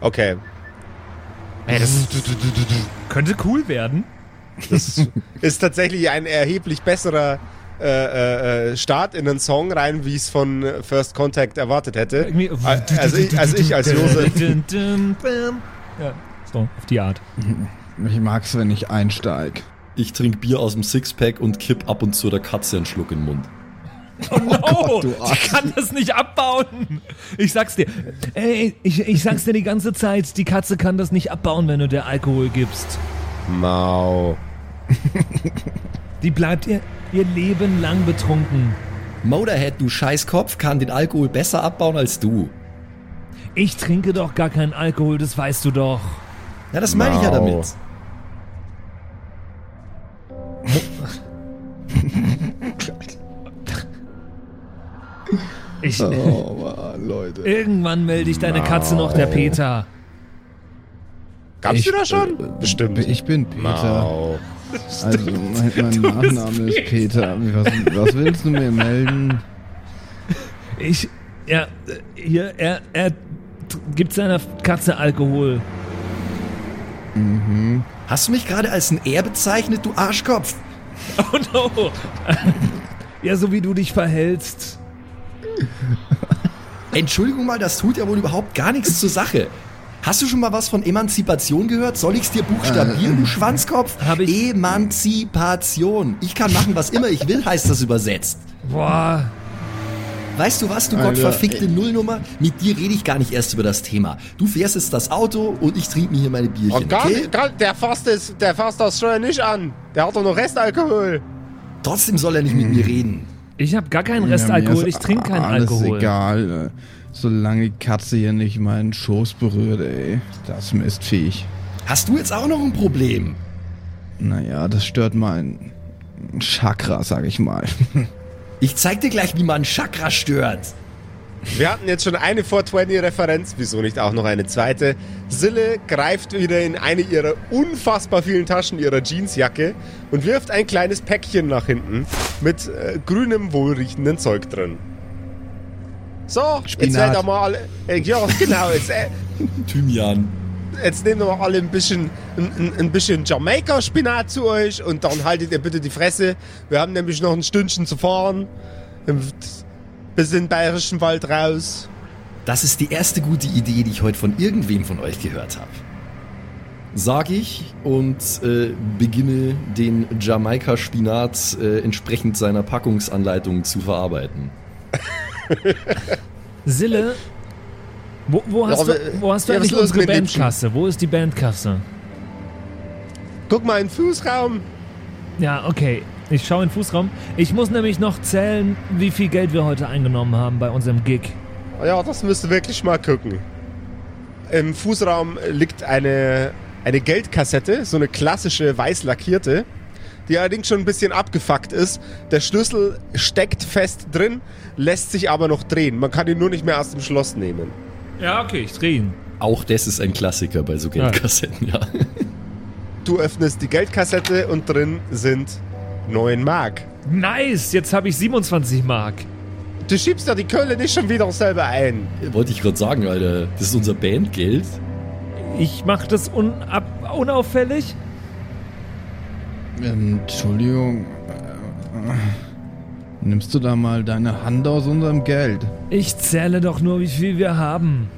[SPEAKER 1] Okay,
[SPEAKER 2] Ey, das könnte cool werden.
[SPEAKER 1] Das ist tatsächlich ein erheblich besserer äh, äh, äh, Start in den Song rein, wie ich es von First Contact erwartet hätte.
[SPEAKER 3] Äh,
[SPEAKER 2] Irgendwie-
[SPEAKER 1] Al- Also ich, also ich als Josef.
[SPEAKER 2] Ja, so, auf die Art.
[SPEAKER 3] Ich mag's, wenn ich einsteig.
[SPEAKER 4] Ich trinke Bier aus dem Sixpack und kipp ab und zu der Katze einen Schluck in den Mund.
[SPEAKER 2] Oh, ich kann das nicht abbauen. Ich sag's dir. Ey, ich, ich sag's dir die ganze Zeit, die Katze kann das nicht abbauen, wenn du der Alkohol gibst.
[SPEAKER 1] Mau.
[SPEAKER 2] Die bleibt ihr, ihr Leben lang betrunken.
[SPEAKER 4] Motorhead, du Scheißkopf, kann den Alkohol besser abbauen als du.
[SPEAKER 2] Ich trinke doch gar keinen Alkohol, das weißt du doch.
[SPEAKER 4] Ja, das meine ich ja
[SPEAKER 1] Mau.
[SPEAKER 4] damit.
[SPEAKER 2] Ich,
[SPEAKER 3] Oh Mann, Leute.
[SPEAKER 2] Irgendwann melde ich deine Katze noch der Peter.
[SPEAKER 1] Gab's
[SPEAKER 3] Ich-
[SPEAKER 1] du da schon?
[SPEAKER 3] äh,
[SPEAKER 1] Bestimmt. Oh,
[SPEAKER 3] Ich bin Peter.
[SPEAKER 1] Mau.
[SPEAKER 3] Also mein, mein Nachname ist Peter. Was, was willst du mir melden?
[SPEAKER 2] Ich, ja, äh, hier, er, er t- gibt seiner Katze Alkohol.
[SPEAKER 4] Hast du mich gerade als ein R bezeichnet, du Arschkopf?
[SPEAKER 2] Oh no. Ja, so wie du dich verhältst.
[SPEAKER 4] Entschuldigung mal, das tut ja wohl überhaupt gar nichts zur Sache. Hast du schon mal was von Emanzipation gehört? Soll ich's dir buchstabieren, du Schwanzkopf?
[SPEAKER 2] Hab ich-
[SPEAKER 4] Emanzipation. Ich kann machen, was immer ich will, heißt das übersetzt.
[SPEAKER 2] Boah.
[SPEAKER 4] Weißt du was, du
[SPEAKER 3] Alter,
[SPEAKER 4] gottverfickte Nullnummer? Mit dir rede ich gar nicht erst über das Thema. Du fährst jetzt das Auto und ich trinke mir hier meine Bierchen,
[SPEAKER 1] Und gar,
[SPEAKER 4] okay?
[SPEAKER 1] nicht- gar, der fasst es, der fasst das schon nicht an. Der hat doch noch Restalkohol.
[SPEAKER 4] Trotzdem soll er nicht mit mir reden.
[SPEAKER 2] Ich habe gar keinen
[SPEAKER 3] Ja, mir
[SPEAKER 2] Restalkohol,
[SPEAKER 3] ist
[SPEAKER 2] ich trinke keinen
[SPEAKER 3] alles
[SPEAKER 2] Alkohol.
[SPEAKER 3] egal. ne? Solange die Katze hier nicht meinen Schoß berührt, ey. Das Mistviech.
[SPEAKER 4] Hast du jetzt auch noch ein Problem?
[SPEAKER 3] Naja, das stört mein Chakra, sag ich mal.
[SPEAKER 4] Ich zeig dir gleich, wie man Chakra stört.
[SPEAKER 1] Wir hatten jetzt schon eine 420-Referenz, wieso nicht auch noch eine zweite. Sille greift wieder in eine ihrer unfassbar vielen Taschen ihrer Jeansjacke und wirft ein kleines Päckchen nach hinten mit äh, grünem, wohlriechenden Zeug drin. So, jetzt
[SPEAKER 3] Spinat.
[SPEAKER 1] werden wir mal alle. Äh, ja, genau, jetzt, äh,
[SPEAKER 4] Thymian.
[SPEAKER 1] jetzt nehmen wir mal alle ein bisschen, ein, ein, ein bisschen Jamaika-Spinat zu euch und dann haltet ihr bitte die Fresse. Wir haben nämlich noch ein Stündchen zu fahren. Bis in den Bayerischen Wald raus.
[SPEAKER 4] Das ist die erste gute Idee, die ich heute von irgendwem von euch gehört habe. Sag ich und äh, beginne den Jamaika-Spinat äh, entsprechend seiner Packungsanleitung zu verarbeiten.
[SPEAKER 2] Sille, wo, wo hast
[SPEAKER 1] Ja,
[SPEAKER 2] du,
[SPEAKER 1] aber,
[SPEAKER 2] wo hast du
[SPEAKER 1] ja, was
[SPEAKER 2] eigentlich
[SPEAKER 1] ist los
[SPEAKER 2] unsere
[SPEAKER 1] mit Liebchen?
[SPEAKER 2] Bandkasse? Wo ist die Bandkasse?
[SPEAKER 1] Guck mal in den Fußraum.
[SPEAKER 2] Ja, okay. Ich schaue in den Fußraum. Ich muss nämlich noch zählen, wie viel Geld wir heute eingenommen haben bei unserem Gig.
[SPEAKER 1] ah Ja, das müsst ihr wirklich mal gucken. Im Fußraum liegt eine, eine Geldkassette, so eine klassische weiß lackierte, die allerdings schon ein bisschen abgefuckt ist. Der Schlüssel steckt fest drin, lässt sich aber noch drehen. Man kann ihn nur nicht mehr aus dem Schloss nehmen.
[SPEAKER 2] Ja, okay, ich drehe ihn.
[SPEAKER 4] Auch das ist ein Klassiker bei so Geldkassetten, ja.
[SPEAKER 1] Du öffnest die Geldkassette und drin sind 9 Mark.
[SPEAKER 2] Nice, jetzt habe ich 27 Mark.
[SPEAKER 1] Du schiebst doch die Kölle nicht schon wieder selber ein.
[SPEAKER 4] Wollte ich gerade sagen, Alter. Das ist unser Bandgeld.
[SPEAKER 2] Ich mache das unab unauffällig.
[SPEAKER 3] Ähm, Entschuldigung. Äh, Nimmst du da mal deine Hand aus unserem Geld?
[SPEAKER 2] Ich zähle doch nur, wie viel wir haben.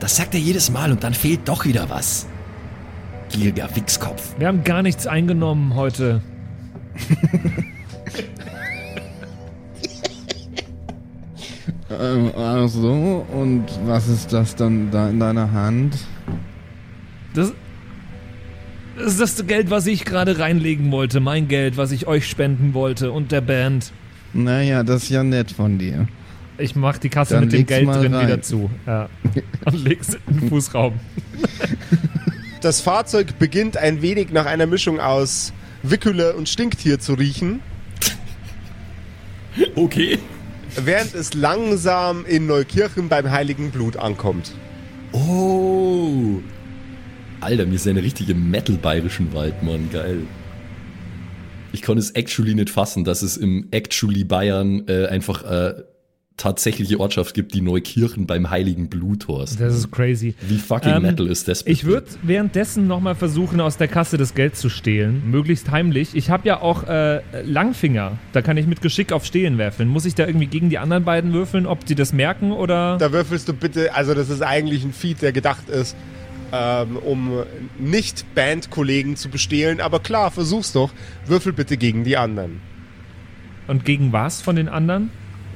[SPEAKER 4] Das sagt er jedes Mal und dann fehlt doch wieder was. Gieriger Wichskopf.
[SPEAKER 2] Wir haben gar nichts eingenommen heute.
[SPEAKER 3] Ähm, ach so, und was ist das dann da in deiner Hand?
[SPEAKER 2] Das, das ist das Geld, was ich gerade reinlegen wollte. Mein Geld, was ich euch spenden wollte und der Band.
[SPEAKER 3] Naja, das ist ja nett von dir.
[SPEAKER 2] Ich mach die Kasse
[SPEAKER 3] Dann
[SPEAKER 2] mit dem
[SPEAKER 3] leg's
[SPEAKER 2] Geld
[SPEAKER 3] mal
[SPEAKER 2] drin
[SPEAKER 3] rein.
[SPEAKER 2] wieder zu. Ja. Und leg's in den Fußraum.
[SPEAKER 1] Das Fahrzeug beginnt ein wenig nach einer Mischung aus Wickülle und Stinktier zu riechen,
[SPEAKER 4] Okay.
[SPEAKER 1] während es langsam in Neukirchen beim Heiligen Blut ankommt.
[SPEAKER 4] Oh. Alter, mir ist eine richtige Metal-bayerischen Wald, Mann. Geil. Ich konnte es actually nicht fassen, dass es im actually Bayern äh, einfach äh, tatsächliche Ortschaft gibt, die Neukirchen beim Heiligen Blut heißt.
[SPEAKER 2] Das ist crazy.
[SPEAKER 4] Wie fucking
[SPEAKER 2] Ähm,
[SPEAKER 4] Metal ist das? bitte?
[SPEAKER 2] Ich würde währenddessen nochmal versuchen, aus der Kasse das Geld zu stehlen. Möglichst heimlich. Ich habe ja auch äh, Langfinger. Da kann ich mit Geschick auf Stehlen werfeln. Muss ich da irgendwie gegen die anderen beiden würfeln, ob die das merken oder.
[SPEAKER 1] Da würfelst du bitte, also das ist eigentlich ein Feed, der gedacht ist, ähm, um nicht Bandkollegen zu bestehlen, aber klar, versuch's doch. Würfel bitte gegen die anderen.
[SPEAKER 2] Und gegen was von den anderen?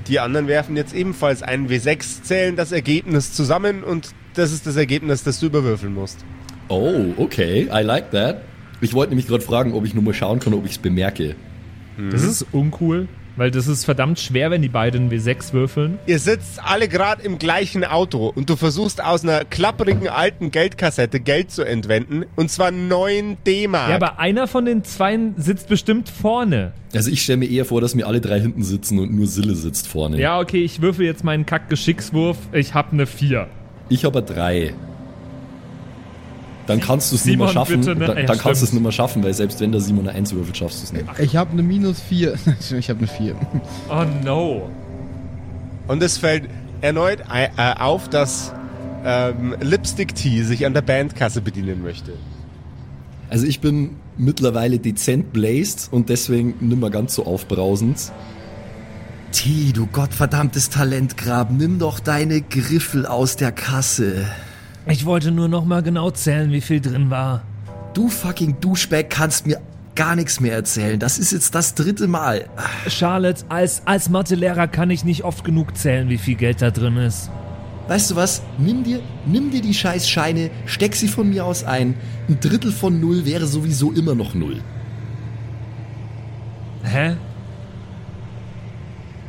[SPEAKER 1] Die anderen werfen jetzt ebenfalls einen W6, zählen das Ergebnis zusammen und das ist das Ergebnis, das du überwürfeln musst.
[SPEAKER 4] Oh, okay. I like that. Ich wollte nämlich gerade fragen, ob ich nur mal schauen kann, ob ich es bemerke.
[SPEAKER 2] Das ist uncool, weil das ist verdammt schwer, wenn die beiden W6 würfeln.
[SPEAKER 1] Ihr sitzt alle gerade im gleichen Auto und du versuchst aus einer klapprigen alten Geldkassette Geld zu entwenden und zwar 9 D-Mark.
[SPEAKER 2] Ja, aber einer von den Zweien sitzt bestimmt vorne.
[SPEAKER 4] Also ich stelle mir eher vor, dass mir alle drei hinten sitzen und nur Sille sitzt vorne.
[SPEAKER 2] Ja, okay, ich würfel jetzt meinen Kack-Geschickswurf. Ich hab ne 4.
[SPEAKER 4] Ich habe drei. Dann kannst du es nicht mehr
[SPEAKER 2] Simon,
[SPEAKER 4] schaffen.
[SPEAKER 2] bitte, ne?
[SPEAKER 4] Dann,
[SPEAKER 2] Ja,
[SPEAKER 4] dann kannst du es
[SPEAKER 2] stimmt.
[SPEAKER 4] nicht mehr schaffen, weil selbst wenn der Simon eine Eins würfelt, schaffst du es nicht.
[SPEAKER 3] Ich habe eine minus 4. Ich habe eine 4.
[SPEAKER 2] Oh no.
[SPEAKER 1] Und es fällt erneut ei- äh, auf, dass ähm, Lipstick Tea sich an der Bandkasse bedienen möchte.
[SPEAKER 4] Also ich bin mittlerweile dezent blazed und deswegen nicht mehr ganz so aufbrausend.
[SPEAKER 5] T, du gottverdammtes Talentgrab, nimm doch deine Griffel aus der Kasse.
[SPEAKER 2] Ich wollte nur nochmal genau zählen, wie viel drin war.
[SPEAKER 5] Du fucking Duschback kannst mir gar nichts mehr erzählen. Das ist jetzt das dritte Mal.
[SPEAKER 2] Charlotte, als, als Mathelehrer kann ich nicht oft genug zählen, wie viel Geld da drin ist.
[SPEAKER 5] Weißt du was? Nimm dir, nimm dir die scheiß Scheine, steck sie von mir aus ein.
[SPEAKER 4] Ein Drittel von Null wäre sowieso immer noch Null.
[SPEAKER 2] Hä?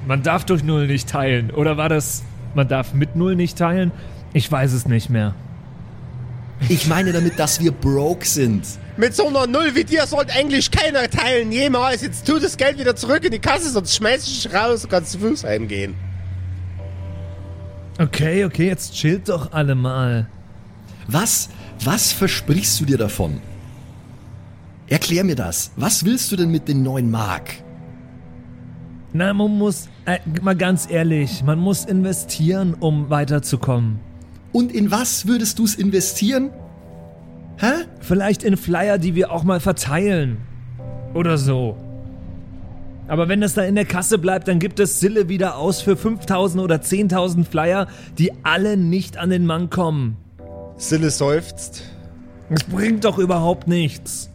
[SPEAKER 2] Man darf durch Null nicht teilen. Oder war das, man darf mit Null nicht teilen? Ich weiß es nicht mehr.
[SPEAKER 4] Ich meine damit, dass wir broke sind.
[SPEAKER 1] Mit so einer Null wie dir sollte eigentlich keiner teilen, jemals. Jetzt tu das Geld wieder zurück in die Kasse, sonst schmeiß ich dich raus und kannst zu Fuß heimgehen.
[SPEAKER 2] Okay, okay, jetzt chillt doch alle mal.
[SPEAKER 4] Was, was versprichst du dir davon? Erklär mir das. Was willst du denn mit den neuen Mark?
[SPEAKER 2] Na, man muss, äh, mal ganz ehrlich, man muss investieren, um weiterzukommen.
[SPEAKER 4] Und in was würdest du es investieren? Hä?
[SPEAKER 2] Vielleicht in Flyer, die wir auch mal verteilen. Oder so. Aber wenn das da in der Kasse bleibt, dann gibt es Sille wieder aus für 5000 oder 10.000 Flyer, die alle nicht an den Mann kommen.
[SPEAKER 1] Sille seufzt.
[SPEAKER 2] Das bringt doch überhaupt nichts.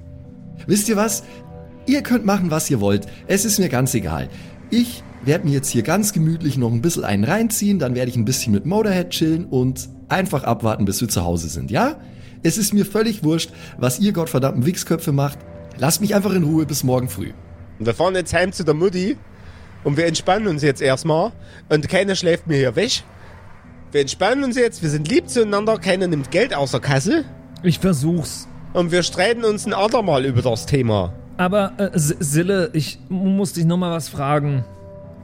[SPEAKER 4] Wisst ihr was? Ihr könnt machen, was ihr wollt. Es ist mir ganz egal. Ich werde mir jetzt hier ganz gemütlich noch ein bisschen einen reinziehen, dann werde ich ein bisschen mit Motorhead chillen und einfach abwarten, bis wir zu Hause sind, ja? Es ist mir völlig wurscht, was ihr gottverdammten Wichsköpfe macht. Lasst mich einfach in Ruhe bis morgen früh.
[SPEAKER 1] Und wir fahren jetzt heim zu der Mutti und wir entspannen uns jetzt erstmal. Und keiner schläft mir hier weg. Wir entspannen uns jetzt, wir sind lieb zueinander, keiner nimmt Geld aus der Kasse.
[SPEAKER 2] Ich versuch's.
[SPEAKER 1] Und wir streiten uns ein andermal über das Thema.
[SPEAKER 2] Aber äh, S- Sille, ich muss dich nochmal was fragen.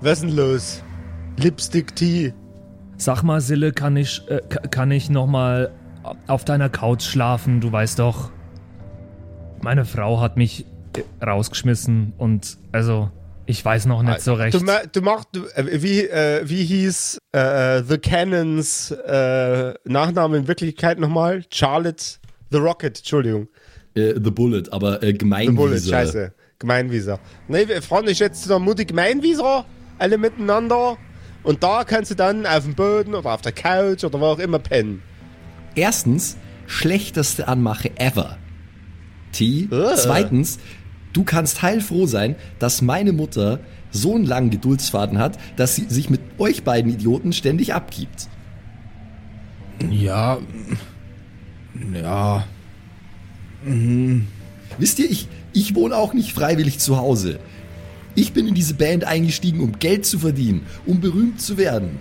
[SPEAKER 1] Was ist denn los? Lipstick Tea.
[SPEAKER 2] Sag mal, Sille, kann ich, äh, ka- kann ich nochmal auf deiner Couch schlafen? Du weißt doch, meine Frau hat mich äh, rausgeschmissen und also, ich weiß noch nicht so recht.
[SPEAKER 1] Äh, Du, ma- du machst, du, äh, wie, äh, wie hieß äh, The Cannons äh, Nachname in Wirklichkeit nochmal? Charlotte The Rocket, Entschuldigung.
[SPEAKER 4] Äh, The Bullet, aber äh,
[SPEAKER 1] The Bullet,
[SPEAKER 4] Gemeinwiese.
[SPEAKER 1] scheiße. Gemeinwieser. Nee, wir fahren dich jetzt zu der Mutti Gemeinwieser, alle miteinander. Und da kannst du dann auf dem Boden oder auf der Couch oder wo auch immer pennen.
[SPEAKER 4] Erstens, schlechteste Anmache ever. T.
[SPEAKER 1] Äh.
[SPEAKER 4] Zweitens, du kannst heilfroh sein, dass meine Mutter so einen langen Geduldsfaden hat, dass sie sich mit euch beiden Idioten ständig abgibt.
[SPEAKER 3] Ja. Ja.
[SPEAKER 4] Wisst ihr, ich, ich wohne auch nicht freiwillig zu Hause. Ich bin in diese Band eingestiegen, um Geld zu verdienen, um berühmt zu werden.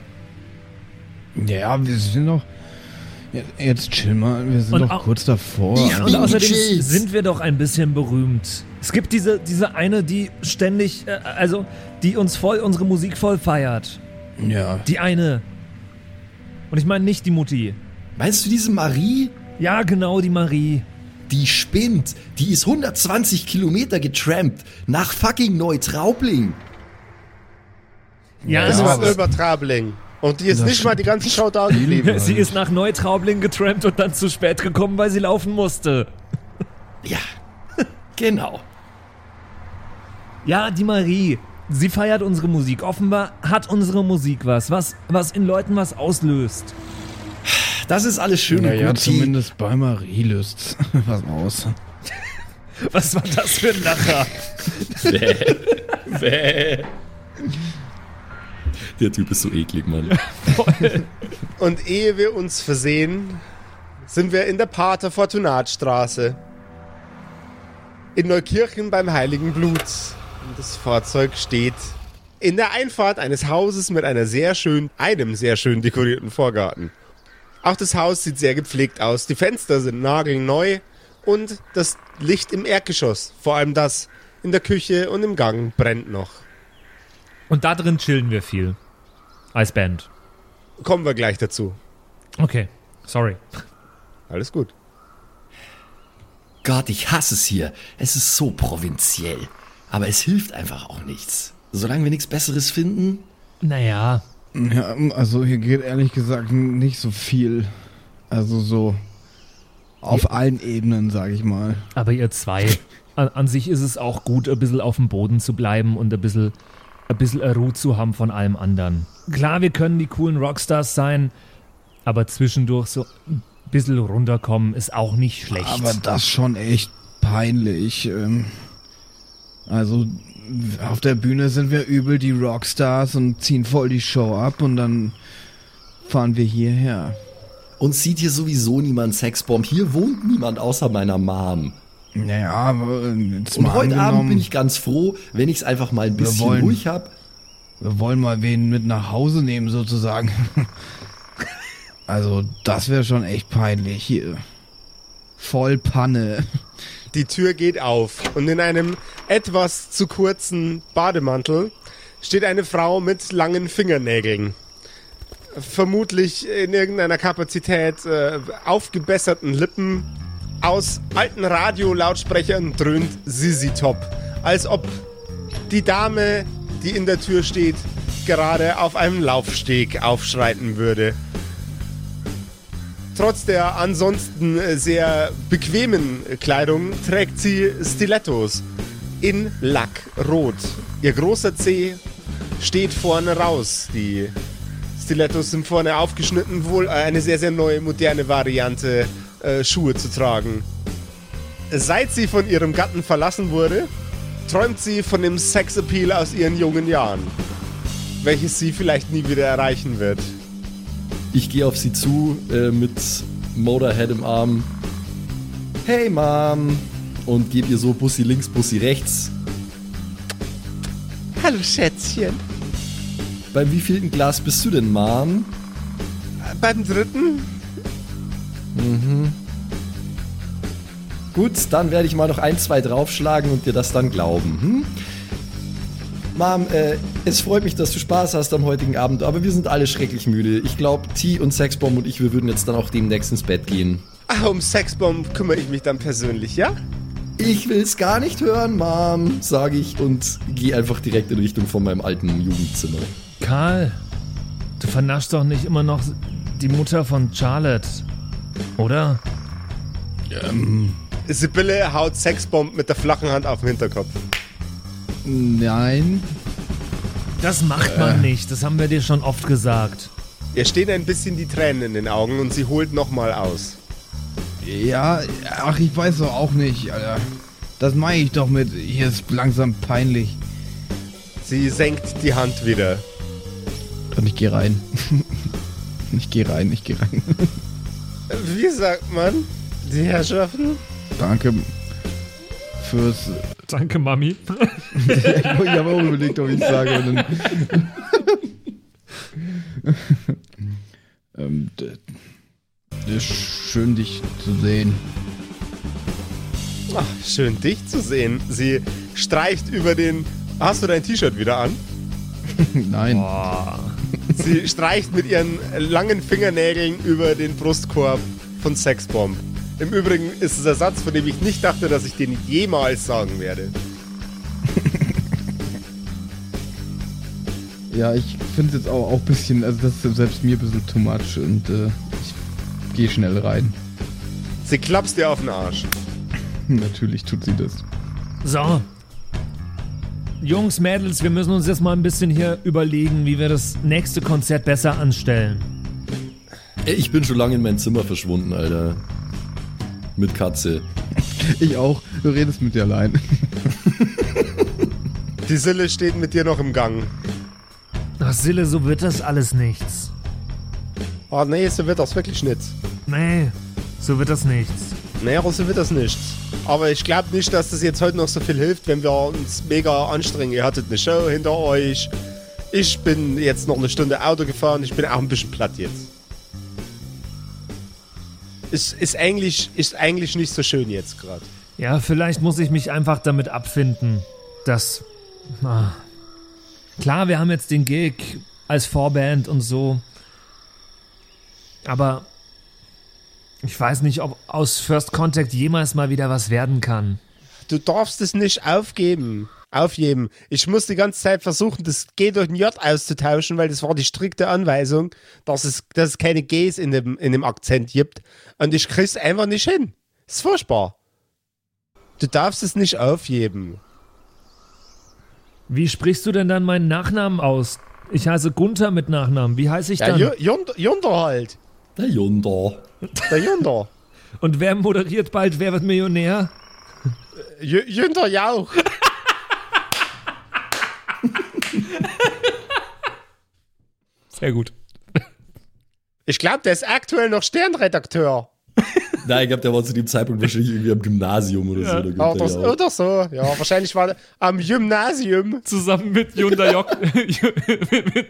[SPEAKER 3] Ja, wir sind noch. Jetzt, jetzt chill mal, wir sind
[SPEAKER 2] Und
[SPEAKER 3] doch
[SPEAKER 2] au-
[SPEAKER 3] kurz davor.
[SPEAKER 4] Ja.
[SPEAKER 2] Und außerdem
[SPEAKER 4] Jeez.
[SPEAKER 2] sind wir doch ein bisschen berühmt. Es gibt diese, diese eine, die ständig, äh, also, die uns voll, unsere Musik voll feiert.
[SPEAKER 3] Ja.
[SPEAKER 2] Die eine. Und ich meine nicht die Mutti.
[SPEAKER 4] Meinst du diese Marie?
[SPEAKER 2] Ja, genau, die Marie.
[SPEAKER 4] Die spinnt. Die ist 120 Kilometer getrampt nach fucking Neutraubling.
[SPEAKER 2] Ja,
[SPEAKER 1] Das
[SPEAKER 2] also-
[SPEAKER 1] war Übertrabling. Und die ist nicht mal die ganze Show da geblieben.
[SPEAKER 2] Sie ist nach Neutraubling getrampt und dann zu spät gekommen, weil sie laufen musste.
[SPEAKER 4] Ja, genau.
[SPEAKER 2] Ja, die Marie. Sie feiert unsere Musik. Offenbar hat unsere Musik was, was, was in Leuten was auslöst.
[SPEAKER 4] Das ist alles schön und
[SPEAKER 3] Naja,
[SPEAKER 4] gut. Die,
[SPEAKER 3] zumindest bei Marie löst was aus.
[SPEAKER 2] Was war das für ein Lacher?
[SPEAKER 4] der Typ ist so eklig, Mann.
[SPEAKER 1] Und ehe wir uns versehen, sind wir in der Pater Fortunatstraße. In Neukirchen beim Heiligen Blut. Und das Fahrzeug steht in der Einfahrt eines Hauses mit einer sehr schön, einem sehr schön dekorierten Vorgarten. Auch das Haus sieht sehr gepflegt aus. Die Fenster sind nagelneu und das Licht im Erdgeschoss, vor allem das in der Küche und im Gang, brennt noch.
[SPEAKER 2] Und da drin chillen wir viel. Als Band.
[SPEAKER 1] Kommen wir gleich dazu.
[SPEAKER 2] Okay, sorry.
[SPEAKER 1] Alles gut.
[SPEAKER 4] Gott, ich hasse es hier. Es ist so provinziell. Aber es hilft einfach auch nichts. Solange wir nichts Besseres finden.
[SPEAKER 2] Naja,
[SPEAKER 3] Ja, also hier geht ehrlich gesagt nicht so viel. Also so auf allen Ebenen, sage ich mal.
[SPEAKER 2] aber ihr zwei. An, an sich ist es auch gut, ein bisschen auf dem Boden zu bleiben und ein bisschen, ein bisschen eine Ruhe zu haben von allem anderen. Klar, wir können die coolen Rockstars sein, aber zwischendurch so ein bisschen runterkommen ist auch nicht schlecht.
[SPEAKER 3] Aber das schon echt peinlich. ähm. Also auf der Bühne sind wir übel die Rockstars und ziehen voll die Show ab und dann fahren wir hierher.
[SPEAKER 4] Uns sieht hier sowieso niemand Sexbomb. Hier wohnt niemand außer meiner Mom.
[SPEAKER 3] Naja, aber ähm, jetzt
[SPEAKER 4] Und
[SPEAKER 3] mal
[SPEAKER 4] heute Abend
[SPEAKER 3] angenommen,
[SPEAKER 4] bin ich ganz froh, wenn ich es einfach mal ein bisschen
[SPEAKER 3] wollen-
[SPEAKER 4] ruhig habe.
[SPEAKER 3] wir wollen mal wen mit nach Hause nehmen sozusagen. also das wäre schon echt peinlich hier. Voll Panne.
[SPEAKER 1] Die Tür geht auf und in einem etwas zu kurzen Bademantel steht eine Frau mit langen Fingernägeln. Vermutlich in irgendeiner Kapazität äh, aufgebesserten Lippen. Aus alten Radiolautsprechern dröhnt Sisi Top. Als ob die Dame, die in der Tür steht, gerade auf einem Laufsteg aufschreiten würde trotz der ansonsten äh, sehr bequemen äh, Kleidung trägt sie Stilettos in Lackrot. Ihr großer Zeh steht vorne raus. Die Stilettos sind vorne aufgeschnitten, wohl äh, eine sehr, sehr neue, moderne Variante, äh, Schuhe zu tragen. Seit sie von ihrem Gatten verlassen wurde, träumt sie von dem Sexappeal aus ihren jungen Jahren, welches sie vielleicht nie wieder erreichen wird.
[SPEAKER 4] Ich gehe auf sie zu äh, mit Motorhead im Arm. Hey Mom! Und gebe ihr so Bussi links, Bussi rechts.
[SPEAKER 1] Hallo Schätzchen.
[SPEAKER 4] Beim wievielten Glas bist du denn, Mom?
[SPEAKER 1] Beim dritten
[SPEAKER 4] Gut, dann werde ich mal noch ein, zwei draufschlagen und dir das dann glauben. Hm? Mom, äh, es freut mich, dass du Spaß hast am heutigen Abend, aber wir sind alle schrecklich müde. Ich glaube, T und Sexbomb und ich, wir würden jetzt dann auch demnächst ins Bett gehen.
[SPEAKER 1] Ach, um Sexbomb kümmere ich mich dann persönlich, ja?
[SPEAKER 4] Ich will's gar nicht hören, Mom, sage ich und gehe einfach direkt in Richtung von meinem alten Jugendzimmer.
[SPEAKER 2] Karl, du vernaschst doch nicht immer noch die Mutter von Charlotte, oder?
[SPEAKER 1] Sibylle haut Sexbomb mit der flachen Hand auf den Hinterkopf.
[SPEAKER 3] Nein.
[SPEAKER 2] Das macht man nicht, das haben wir dir schon oft gesagt.
[SPEAKER 1] Ihr stehen ein bisschen die Tränen in den Augen und sie holt nochmal aus.
[SPEAKER 3] Ja, ach, ich weiß doch auch nicht, Alter. Das meine ich doch mit, hier ist langsam peinlich.
[SPEAKER 1] Sie senkt die Hand wieder.
[SPEAKER 3] Und ich gehe rein. ich gehe rein, ich gehe rein.
[SPEAKER 1] Wie sagt man? Die Herrschaften?
[SPEAKER 3] Danke fürs.
[SPEAKER 2] Danke, Mami.
[SPEAKER 3] Ich habe auch überlegt, ob ich es sage. Und dann ähm, d- d- schön, dich zu sehen.
[SPEAKER 1] Ach, schön dich zu sehen. Sie streicht über den... Hast du dein T-Shirt wieder an?
[SPEAKER 3] Nein.
[SPEAKER 1] Sie streicht mit ihren langen Fingernägeln über den Brustkorb von Sexbomb. Im Übrigen ist es ein Satz, von dem ich nicht dachte, dass ich den jemals sagen werde.
[SPEAKER 3] Ja, ich finde es jetzt auch, auch ein bisschen, also das ist selbst mir ein bisschen too much und äh, ich gehe schnell rein.
[SPEAKER 1] Sie klapst dir auf den Arsch.
[SPEAKER 3] Natürlich tut sie das.
[SPEAKER 2] So. Jungs, Mädels, wir müssen uns jetzt mal ein bisschen hier überlegen, wie wir das nächste Konzert besser anstellen.
[SPEAKER 4] Ey, Ich bin schon lange in mein Zimmer verschwunden, Alter. Mit Katze.
[SPEAKER 3] Ich auch. Du redest mit dir allein.
[SPEAKER 1] Die Sille steht mit dir noch im Gang.
[SPEAKER 2] Ach, Sille, so wird das alles nichts.
[SPEAKER 1] Oh nee, so wird das wirklich nichts.
[SPEAKER 2] Nee, so wird das nichts.
[SPEAKER 1] Naja, so wird das nichts. Aber ich glaube nicht, dass das jetzt heute noch so viel hilft, wenn wir uns mega anstrengen. Ihr hattet eine Show hinter euch. Ich bin jetzt noch eine Stunde Auto gefahren. Ich bin auch ein bisschen platt jetzt. Ist, ist, eigentlich, ist eigentlich nicht so schön jetzt gerade.
[SPEAKER 2] Ja, vielleicht muss ich mich einfach damit abfinden, dass. Ah. Klar, wir haben jetzt den Gig als Vorband und so. Aber ich weiß nicht, ob aus First Contact jemals mal wieder was werden kann.
[SPEAKER 1] Du darfst es nicht aufgeben. Aufgeben. Ich muss die ganze Zeit versuchen, das G durch ein J auszutauschen, weil das war die strikte Anweisung, dass es, dass es keine Gs in dem, in dem Akzent gibt. Und ich krieg's einfach nicht hin. Ist furchtbar. Du darfst es nicht aufgeben.
[SPEAKER 2] Wie sprichst du denn dann meinen Nachnamen aus? Ich heiße Gunther mit Nachnamen. Wie heiße ich
[SPEAKER 1] Ja,
[SPEAKER 2] dann?
[SPEAKER 1] Ju- Jund- Junder halt.
[SPEAKER 4] Der Junder.
[SPEAKER 1] Der Junder.
[SPEAKER 2] und wer moderiert bald Wer wird Millionär?
[SPEAKER 1] Ju- Junder Jauch.
[SPEAKER 2] Sehr gut.
[SPEAKER 1] Ich glaube, der ist aktuell noch Sternredakteur.
[SPEAKER 4] Nein, ich glaube, der war zu dem Zeitpunkt wahrscheinlich irgendwie am Gymnasium oder so. Da
[SPEAKER 1] Oder,
[SPEAKER 4] kommt
[SPEAKER 1] so-
[SPEAKER 4] er ja auch.
[SPEAKER 1] oder so. Ja, wahrscheinlich war der am Gymnasium.
[SPEAKER 2] zusammen mit Junda Jock, mit, mit,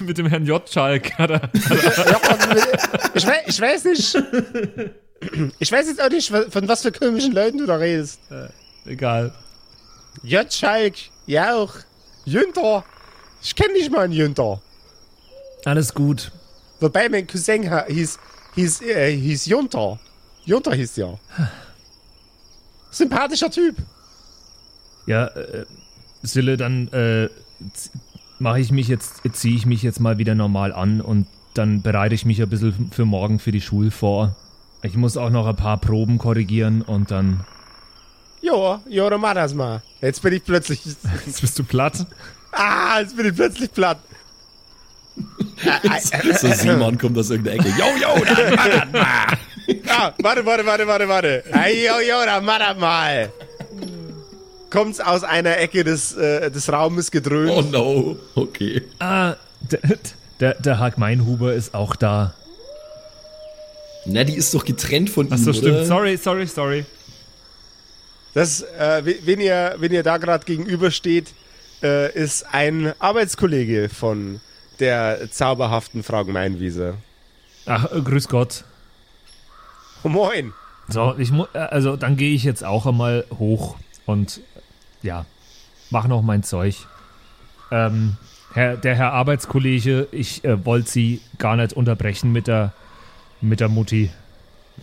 [SPEAKER 2] mit dem Herrn J. Schalk hat er.
[SPEAKER 1] Ja, also, ich, weiß, ich weiß nicht. Ich weiß jetzt auch nicht, von was für komischen Leuten du da redest.
[SPEAKER 2] Egal.
[SPEAKER 1] Jötschalk, Jauch, Jünter. Ich kenne nicht mal einen Jünter.
[SPEAKER 2] Alles gut.
[SPEAKER 1] Wobei mein Cousin ha- hieß, hieß, äh, hieß Junter. Junter hieß ja. Sympathischer Typ.
[SPEAKER 2] Ja, äh, Sille, dann äh, mache ich mich jetzt, ziehe ich mich jetzt mal wieder normal an und dann bereite ich mich ein bisschen für morgen für die Schule vor. Ich muss auch noch ein paar Proben korrigieren und dann.
[SPEAKER 1] Jo, jo, dann mach das mal. Jetzt bin ich plötzlich.
[SPEAKER 2] Jetzt bist du platt.
[SPEAKER 1] Ah, jetzt bin ich plötzlich platt.
[SPEAKER 4] So Simon kommt aus irgendeiner Ecke. Yo, yo, da.
[SPEAKER 1] Ah, warte, warte, warte, warte, warte. Hey, yo, yo, dann mach das mal. Kommt's aus einer Ecke des, äh, des Raumes gedröhnt.
[SPEAKER 4] Oh no. Okay.
[SPEAKER 2] Ah, der, der, der Hark Meinhuber ist auch da.
[SPEAKER 4] Na, die ist doch getrennt von ihm. oder?
[SPEAKER 2] Sorry, sorry, sorry.
[SPEAKER 1] Das, äh, we- wenn, ihr, wenn ihr da gerade gegenübersteht, äh, ist ein Arbeitskollege von der zauberhaften Frau Gemeinwiese.
[SPEAKER 2] Ach, äh, grüß Gott.
[SPEAKER 1] Moin.
[SPEAKER 2] So, ich mu also dann gehe ich jetzt auch einmal hoch und ja, mach noch mein Zeug. Ähm, Herr, der Herr Arbeitskollege, ich äh, wollte Sie gar nicht unterbrechen mit der, mit der Mutti.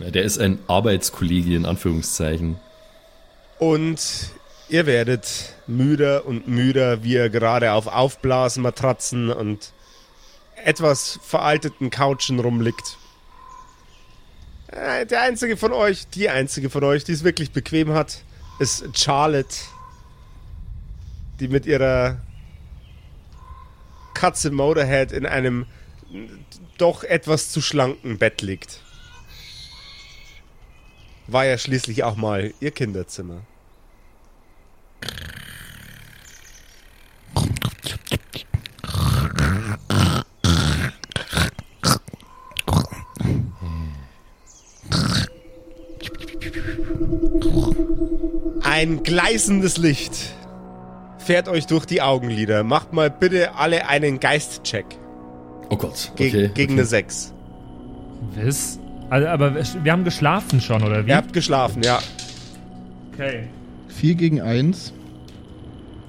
[SPEAKER 6] Ja, der ist ein Arbeitskollege in Anführungszeichen.
[SPEAKER 1] Und ihr werdet müder und müder, wie ihr gerade auf Aufblasenmatratzen und etwas veralteten Couchen rumliegt. Äh, Der einzige von euch, die einzige von euch, die es wirklich bequem hat, ist Charlotte, die mit ihrer Katze Motorhead in einem äh, doch etwas zu schlanken Bett liegt. War ja schließlich auch mal ihr Kinderzimmer. Ein gleißendes Licht fährt euch durch die Augenlider. Macht mal bitte alle einen Geistcheck
[SPEAKER 6] Oh Gott.
[SPEAKER 1] gegen,
[SPEAKER 6] Okay.
[SPEAKER 1] gegen
[SPEAKER 6] okay.
[SPEAKER 1] eine 6.
[SPEAKER 2] Was? Also, aber wir wir haben geschlafen schon, oder wie?
[SPEAKER 6] Hm?
[SPEAKER 1] Ihr habt geschlafen, ja.
[SPEAKER 2] Okay.
[SPEAKER 3] 4 gegen 1.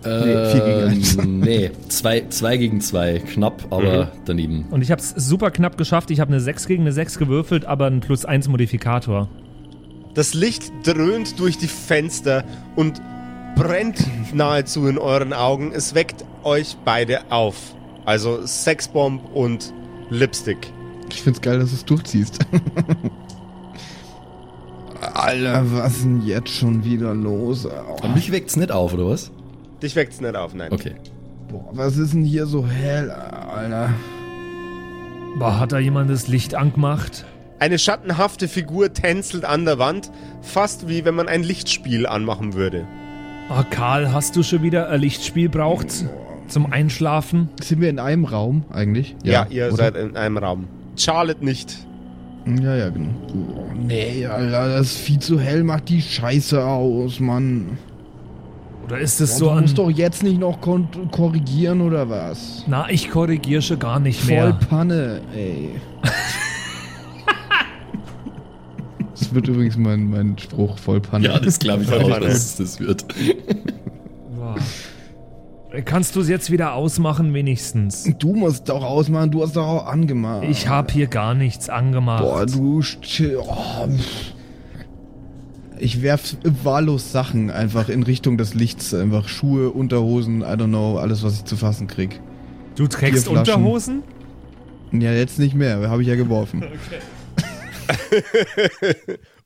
[SPEAKER 3] Nee, vier gegen eins.
[SPEAKER 6] Ähm, nee, 2 zwei, gegen 2. Knapp, aber daneben.
[SPEAKER 2] Und ich habe es super knapp geschafft. Ich habe eine 6 gegen eine 6 gewürfelt, aber einen plus 1 Modifikator.
[SPEAKER 1] Das Licht dröhnt durch die Fenster und brennt nahezu in euren Augen. Es weckt euch beide auf. Also Sexbomb und Lipstick.
[SPEAKER 3] Ich find's geil, dass du es durchziehst. Alter, was ist denn jetzt schon wieder los? Oh,
[SPEAKER 6] Und mich weckt's nicht auf, oder was?
[SPEAKER 1] Dich weckt's nicht auf, nein.
[SPEAKER 6] Okay.
[SPEAKER 3] boah, was ist denn hier so hell, Alter?
[SPEAKER 2] Boah, hat da jemand das Licht angemacht?
[SPEAKER 1] Eine schattenhafte Figur tänzelt an der Wand, fast wie wenn man ein Lichtspiel anmachen würde.
[SPEAKER 2] Oh, Karl, hast du schon wieder ein Lichtspiel braucht zum Einschlafen?
[SPEAKER 3] Sind wir in einem Raum eigentlich?
[SPEAKER 1] Ja, ihr
[SPEAKER 3] oder?
[SPEAKER 1] seid in einem Raum. Charlotte nicht.
[SPEAKER 3] Ja, ja, genau. Oh, nee, Alter, das ist viel zu hell, macht die Scheiße aus, Mann.
[SPEAKER 2] Oder ist es
[SPEAKER 3] Boah,
[SPEAKER 2] so
[SPEAKER 3] du
[SPEAKER 2] ein...
[SPEAKER 3] musst doch jetzt nicht noch kon- korrigieren oder was?
[SPEAKER 2] Na, ich korrigiere schon gar nicht
[SPEAKER 3] Voll
[SPEAKER 2] mehr.
[SPEAKER 3] Panne, ey. das wird übrigens mein, mein Spruch, voll Panne.
[SPEAKER 6] Ja, das glaube ich
[SPEAKER 1] Voll
[SPEAKER 6] auch,
[SPEAKER 1] Panne.
[SPEAKER 6] dass es das wird.
[SPEAKER 2] Boah. Kannst du es jetzt wieder ausmachen wenigstens?
[SPEAKER 3] Du musst doch ausmachen, du hast doch auch angemacht.
[SPEAKER 2] Ich habe hier gar nichts angemacht.
[SPEAKER 3] Boah, du. Sch- Oh, pff. ich werf wahllos Sachen einfach in Richtung des Lichts. Einfach Schuhe, Unterhosen, I don't know, alles, was ich zu fassen krieg.
[SPEAKER 2] du trägst
[SPEAKER 3] Bierflaschen.
[SPEAKER 2] Unterhosen?
[SPEAKER 3] Ja, jetzt nicht mehr, habe ich ja geworfen.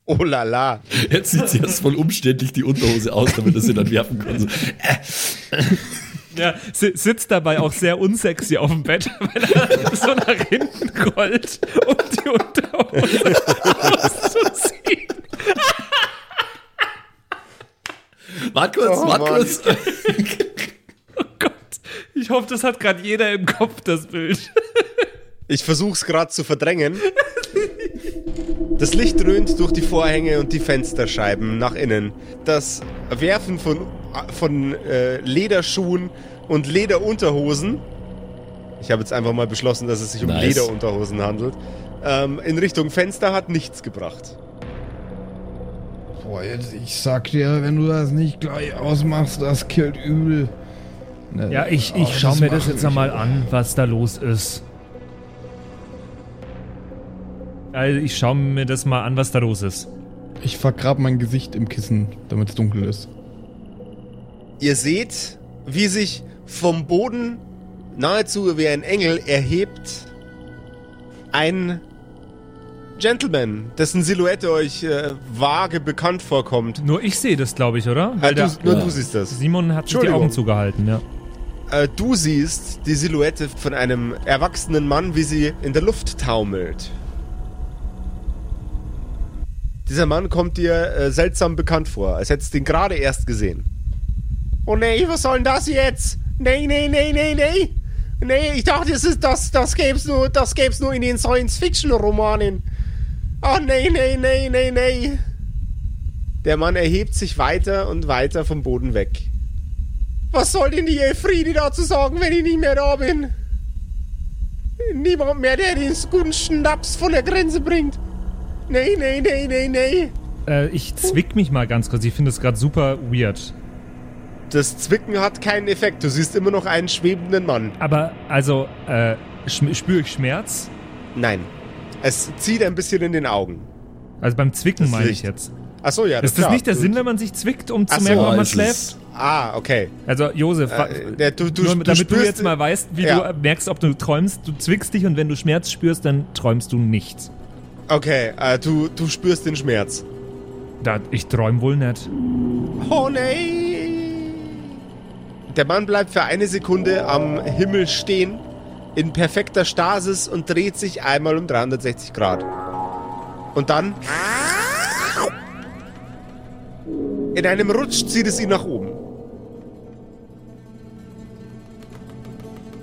[SPEAKER 1] Oh la la.
[SPEAKER 6] Jetzt sieht sie erst voll umständlich die Unterhose aus, damit er sie dann werfen kann. So,
[SPEAKER 2] Ja, si- sitzt dabei auch sehr unsexy auf dem Bett, weil er so nach hinten rollt, um die Unterhose auszuziehen.
[SPEAKER 6] wart kurz, wart
[SPEAKER 1] Mann.
[SPEAKER 6] kurz.
[SPEAKER 2] Oh Gott. Ich hoffe, das hat gerade jeder im Kopf, das Bild.
[SPEAKER 1] Ich versuch's gerade zu verdrängen. Das Licht dröhnt durch die Vorhänge und die Fensterscheiben nach innen. Das Werfen von, von äh, Lederschuhen und Lederunterhosen. Ich habe jetzt einfach mal beschlossen, dass es sich um
[SPEAKER 6] Nice.
[SPEAKER 1] Lederunterhosen handelt. Ähm, in Richtung Fenster hat nichts gebracht.
[SPEAKER 3] Boah, jetzt, ich sag dir, wenn du das nicht gleich ausmachst, das killt übel. Ne,
[SPEAKER 2] Ja, ich,
[SPEAKER 3] oh,
[SPEAKER 2] ich schau mir das
[SPEAKER 3] macht
[SPEAKER 2] jetzt
[SPEAKER 3] mich-
[SPEAKER 2] einmal an, was da los ist. Also ich schaue mir das mal an, was da los ist.
[SPEAKER 3] Ich vergrab mein Gesicht im Kissen, damit es dunkel ist.
[SPEAKER 1] Ihr seht, wie sich vom Boden nahezu wie ein Engel erhebt ein Gentleman, dessen Silhouette euch äh, vage bekannt vorkommt.
[SPEAKER 2] Nur ich sehe das, glaube ich, oder?
[SPEAKER 1] Äh, du, nur
[SPEAKER 6] Ja.
[SPEAKER 1] du siehst das.
[SPEAKER 2] Simon hat sich die
[SPEAKER 1] Entschuldigung.
[SPEAKER 2] Augen zugehalten, ja.
[SPEAKER 1] Äh, du siehst die Silhouette von einem erwachsenen Mann, wie sie in der Luft taumelt. Dieser Mann kommt dir äh, seltsam bekannt vor, als hättest du ihn gerade erst gesehen. Oh nee, was soll denn das jetzt? Nee, nee, nee, nee, nee. Nee, ich dachte, das, ist, das, das gäb's nur, das gäb's nur in den Science-Fiction-Romanen. Oh nee, nee, nee, nee, nee. Der Mann erhebt sich weiter und weiter vom Boden weg. Was soll denn die Elfriede dazu sagen, wenn ich nicht mehr da bin? Niemand mehr, der den guten Schnaps von der Grenze bringt. Nee, nee, nee, nee, nee.
[SPEAKER 2] Äh, ich zwick mich mal ganz kurz. Ich finde das gerade super weird.
[SPEAKER 1] Das Zwicken hat keinen Effekt. Du siehst immer noch einen schwebenden Mann.
[SPEAKER 2] Aber, also, äh, schm- spüre ich Schmerz?
[SPEAKER 1] Nein. Es zieht ein bisschen in den Augen.
[SPEAKER 2] Also beim Zwicken
[SPEAKER 1] Das
[SPEAKER 2] meine ich
[SPEAKER 1] Licht.
[SPEAKER 2] jetzt.
[SPEAKER 1] Ach so, ja.
[SPEAKER 2] Ist das
[SPEAKER 1] klar.
[SPEAKER 2] nicht der
[SPEAKER 1] Du-
[SPEAKER 2] Sinn, wenn man sich zwickt, um
[SPEAKER 1] Ach
[SPEAKER 2] zu
[SPEAKER 1] so,
[SPEAKER 2] merken, ob man
[SPEAKER 6] es
[SPEAKER 2] schläft?
[SPEAKER 6] ist-
[SPEAKER 1] Ah, okay.
[SPEAKER 2] Also Josef, fa-
[SPEAKER 1] Äh, der- du- du-
[SPEAKER 2] nur,
[SPEAKER 1] du
[SPEAKER 2] damit du,
[SPEAKER 1] spürst-
[SPEAKER 2] jetzt mal weißt, wie
[SPEAKER 1] Ja.
[SPEAKER 2] du merkst, ob du träumst, du zwickst dich und wenn du Schmerz spürst, dann träumst du nicht.
[SPEAKER 1] Okay, äh, du, du spürst den Schmerz.
[SPEAKER 2] Da, ich träum wohl nicht.
[SPEAKER 1] Oh nee! Der Mann bleibt für eine Sekunde am Himmel stehen, in perfekter Stasis und dreht sich einmal um 360 Grad. Und dann. In einem Rutsch zieht es ihn nach oben.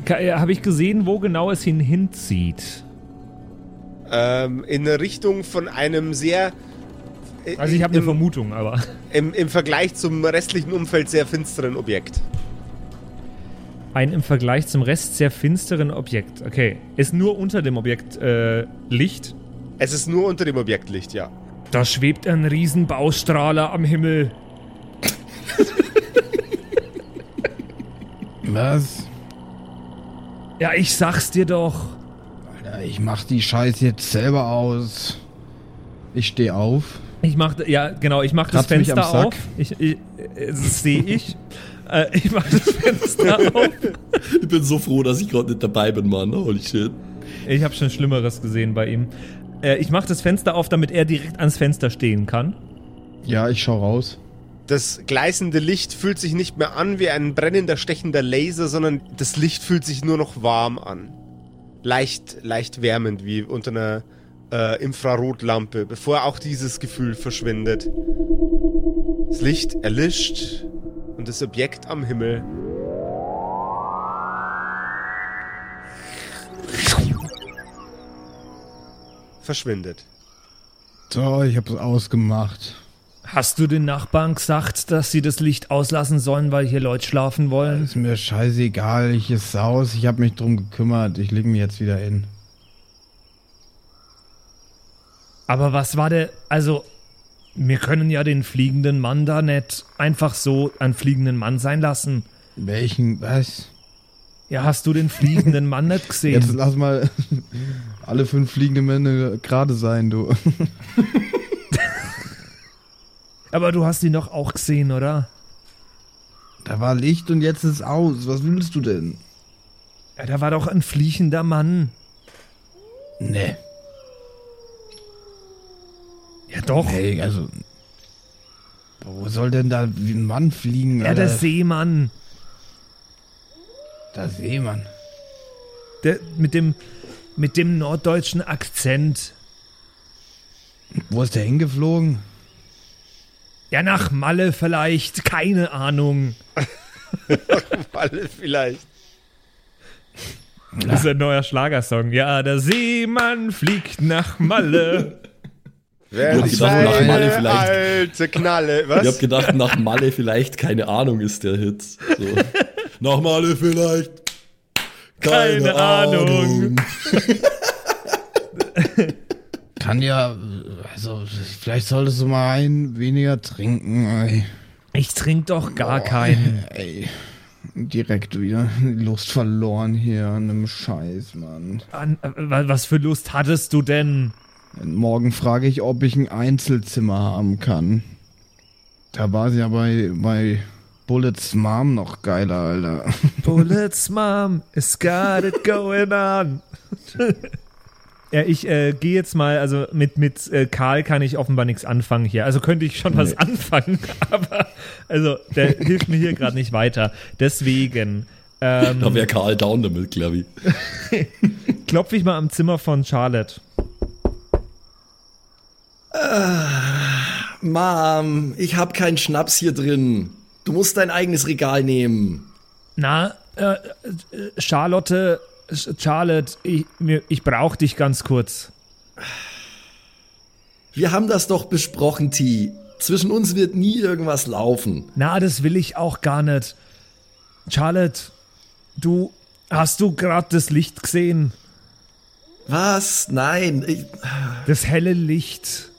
[SPEAKER 2] Habe äh, ich gesehen, wo genau es ihn hinzieht?
[SPEAKER 1] Ähm, in Richtung von einem sehr. äh,
[SPEAKER 2] Also ich habe eine
[SPEAKER 1] im,
[SPEAKER 2] Vermutung, aber
[SPEAKER 1] im, Im Vergleich zum restlichen Umfeld sehr finsteren Objekt.
[SPEAKER 2] ein im Vergleich zum Rest sehr finsteren Objekt. Okay, ist nur unter dem Objekt äh, Licht.
[SPEAKER 1] Es ist nur unter dem Objekt Licht, ja.
[SPEAKER 2] Da schwebt ein Riesenbaustrahler am Himmel.
[SPEAKER 3] Was?
[SPEAKER 2] Ja, ich sag's dir doch.
[SPEAKER 3] Ja, ich mach die Scheiße jetzt selber aus. Ich stehe auf.
[SPEAKER 2] Ich mach, ja, genau, ich mach das
[SPEAKER 3] Kratzt mich
[SPEAKER 2] Fenster
[SPEAKER 3] am Sack.
[SPEAKER 2] auf. Ich, ich, äh, das sehe ich. äh, ich mach das Fenster auf.
[SPEAKER 6] Ich bin so froh, dass ich gerade nicht dabei bin, Mann. Holy shit.
[SPEAKER 2] Ich habe schon Schlimmeres gesehen bei ihm. Äh, ich mach das Fenster auf, damit er direkt ans Fenster stehen kann.
[SPEAKER 3] Ja, ich schau raus.
[SPEAKER 1] Das gleißende Licht fühlt sich nicht mehr an wie ein brennender, stechender Laser, sondern das Licht fühlt sich nur noch warm an. Leicht, leicht wärmend, wie unter einer äh, Infrarotlampe, bevor auch dieses Gefühl verschwindet. Das Licht erlischt und das Objekt am Himmel. Verschwindet.
[SPEAKER 3] So, ich hab's ausgemacht.
[SPEAKER 2] Hast du den Nachbarn gesagt, dass sie das Licht auslassen sollen, weil hier Leute schlafen wollen?
[SPEAKER 3] Ist mir scheißegal, ich ist saus, ich hab mich drum gekümmert, ich leg mich jetzt wieder hin.
[SPEAKER 2] Aber was war der. Also, wir können ja den fliegenden Mann da nicht einfach so einen fliegenden Mann sein lassen.
[SPEAKER 3] Welchen, was?
[SPEAKER 2] Ja, hast du den fliegenden Mann nicht gesehen?
[SPEAKER 3] Jetzt lass mal alle fünf fliegenden Männer gerade sein, du.
[SPEAKER 2] Aber du hast ihn doch auch gesehen, oder?
[SPEAKER 3] Da war Licht und jetzt ist aus, was willst du denn?
[SPEAKER 2] Ja, da war doch ein fliechender Mann.
[SPEAKER 3] Nee.
[SPEAKER 2] Ja, doch.
[SPEAKER 3] Hey, also. Wo soll denn da ein Mann fliegen?
[SPEAKER 2] ja, der Seemann.
[SPEAKER 3] der Seemann.
[SPEAKER 2] Der, mit, dem, mit dem norddeutschen Akzent.
[SPEAKER 3] Wo ist der hingeflogen?
[SPEAKER 2] Ja, nach Malle vielleicht. Keine Ahnung.
[SPEAKER 1] Alle vielleicht.
[SPEAKER 2] Das ist ein neuer Schlagersong. Ja, der Seemann fliegt nach Malle.
[SPEAKER 1] Wer
[SPEAKER 6] Ja, ich sag mal,
[SPEAKER 1] seine
[SPEAKER 6] Malle vielleicht.
[SPEAKER 1] alte Knalle,
[SPEAKER 6] Ich habe
[SPEAKER 1] was?
[SPEAKER 6] gedacht, nach Malle vielleicht, keine Ahnung, ist der Hit. So. Nach Malle vielleicht. Keine,
[SPEAKER 2] Keine Ahnung.
[SPEAKER 6] Ahnung.
[SPEAKER 3] Kann ja, äh, also vielleicht solltest du mal ein weniger trinken. Ey.
[SPEAKER 2] Ich trinke doch gar keinen.
[SPEAKER 3] ey. Direkt wieder die Lust verloren hier an dem Scheiß, Mann.
[SPEAKER 2] An, äh, wa- was für Lust hattest du denn?
[SPEAKER 3] Morgen frage ich, ob ich ein Einzelzimmer haben kann. Da war sie ja bei, bei Bullets Mom noch geiler, Alter.
[SPEAKER 2] Bullets, Mom, it's got it going on. ja, ich äh, gehe jetzt mal, also mit, mit äh, Karl kann ich offenbar nichts anfangen hier. Also könnte ich schon was anfangen, aber also der hilft mir hier gerade nicht weiter. Deswegen ähm,
[SPEAKER 6] Da wäre Karl down damit, glaube ich.
[SPEAKER 2] klopfe ich mal am Zimmer von Charlotte.
[SPEAKER 4] Mom, ich hab keinen Schnaps hier drin. Du musst dein eigenes Regal nehmen.
[SPEAKER 2] Na, äh, äh, Charlotte, Sch- Charlotte, ich, mir- ich brauche dich ganz kurz.
[SPEAKER 4] Wir haben das doch besprochen, T. Zwischen uns wird nie irgendwas laufen.
[SPEAKER 2] Na, das will ich auch gar nicht. Charlotte, du, hast du gerade das Licht gesehen?
[SPEAKER 4] Was? Nein. Ich,
[SPEAKER 2] Das helle Licht.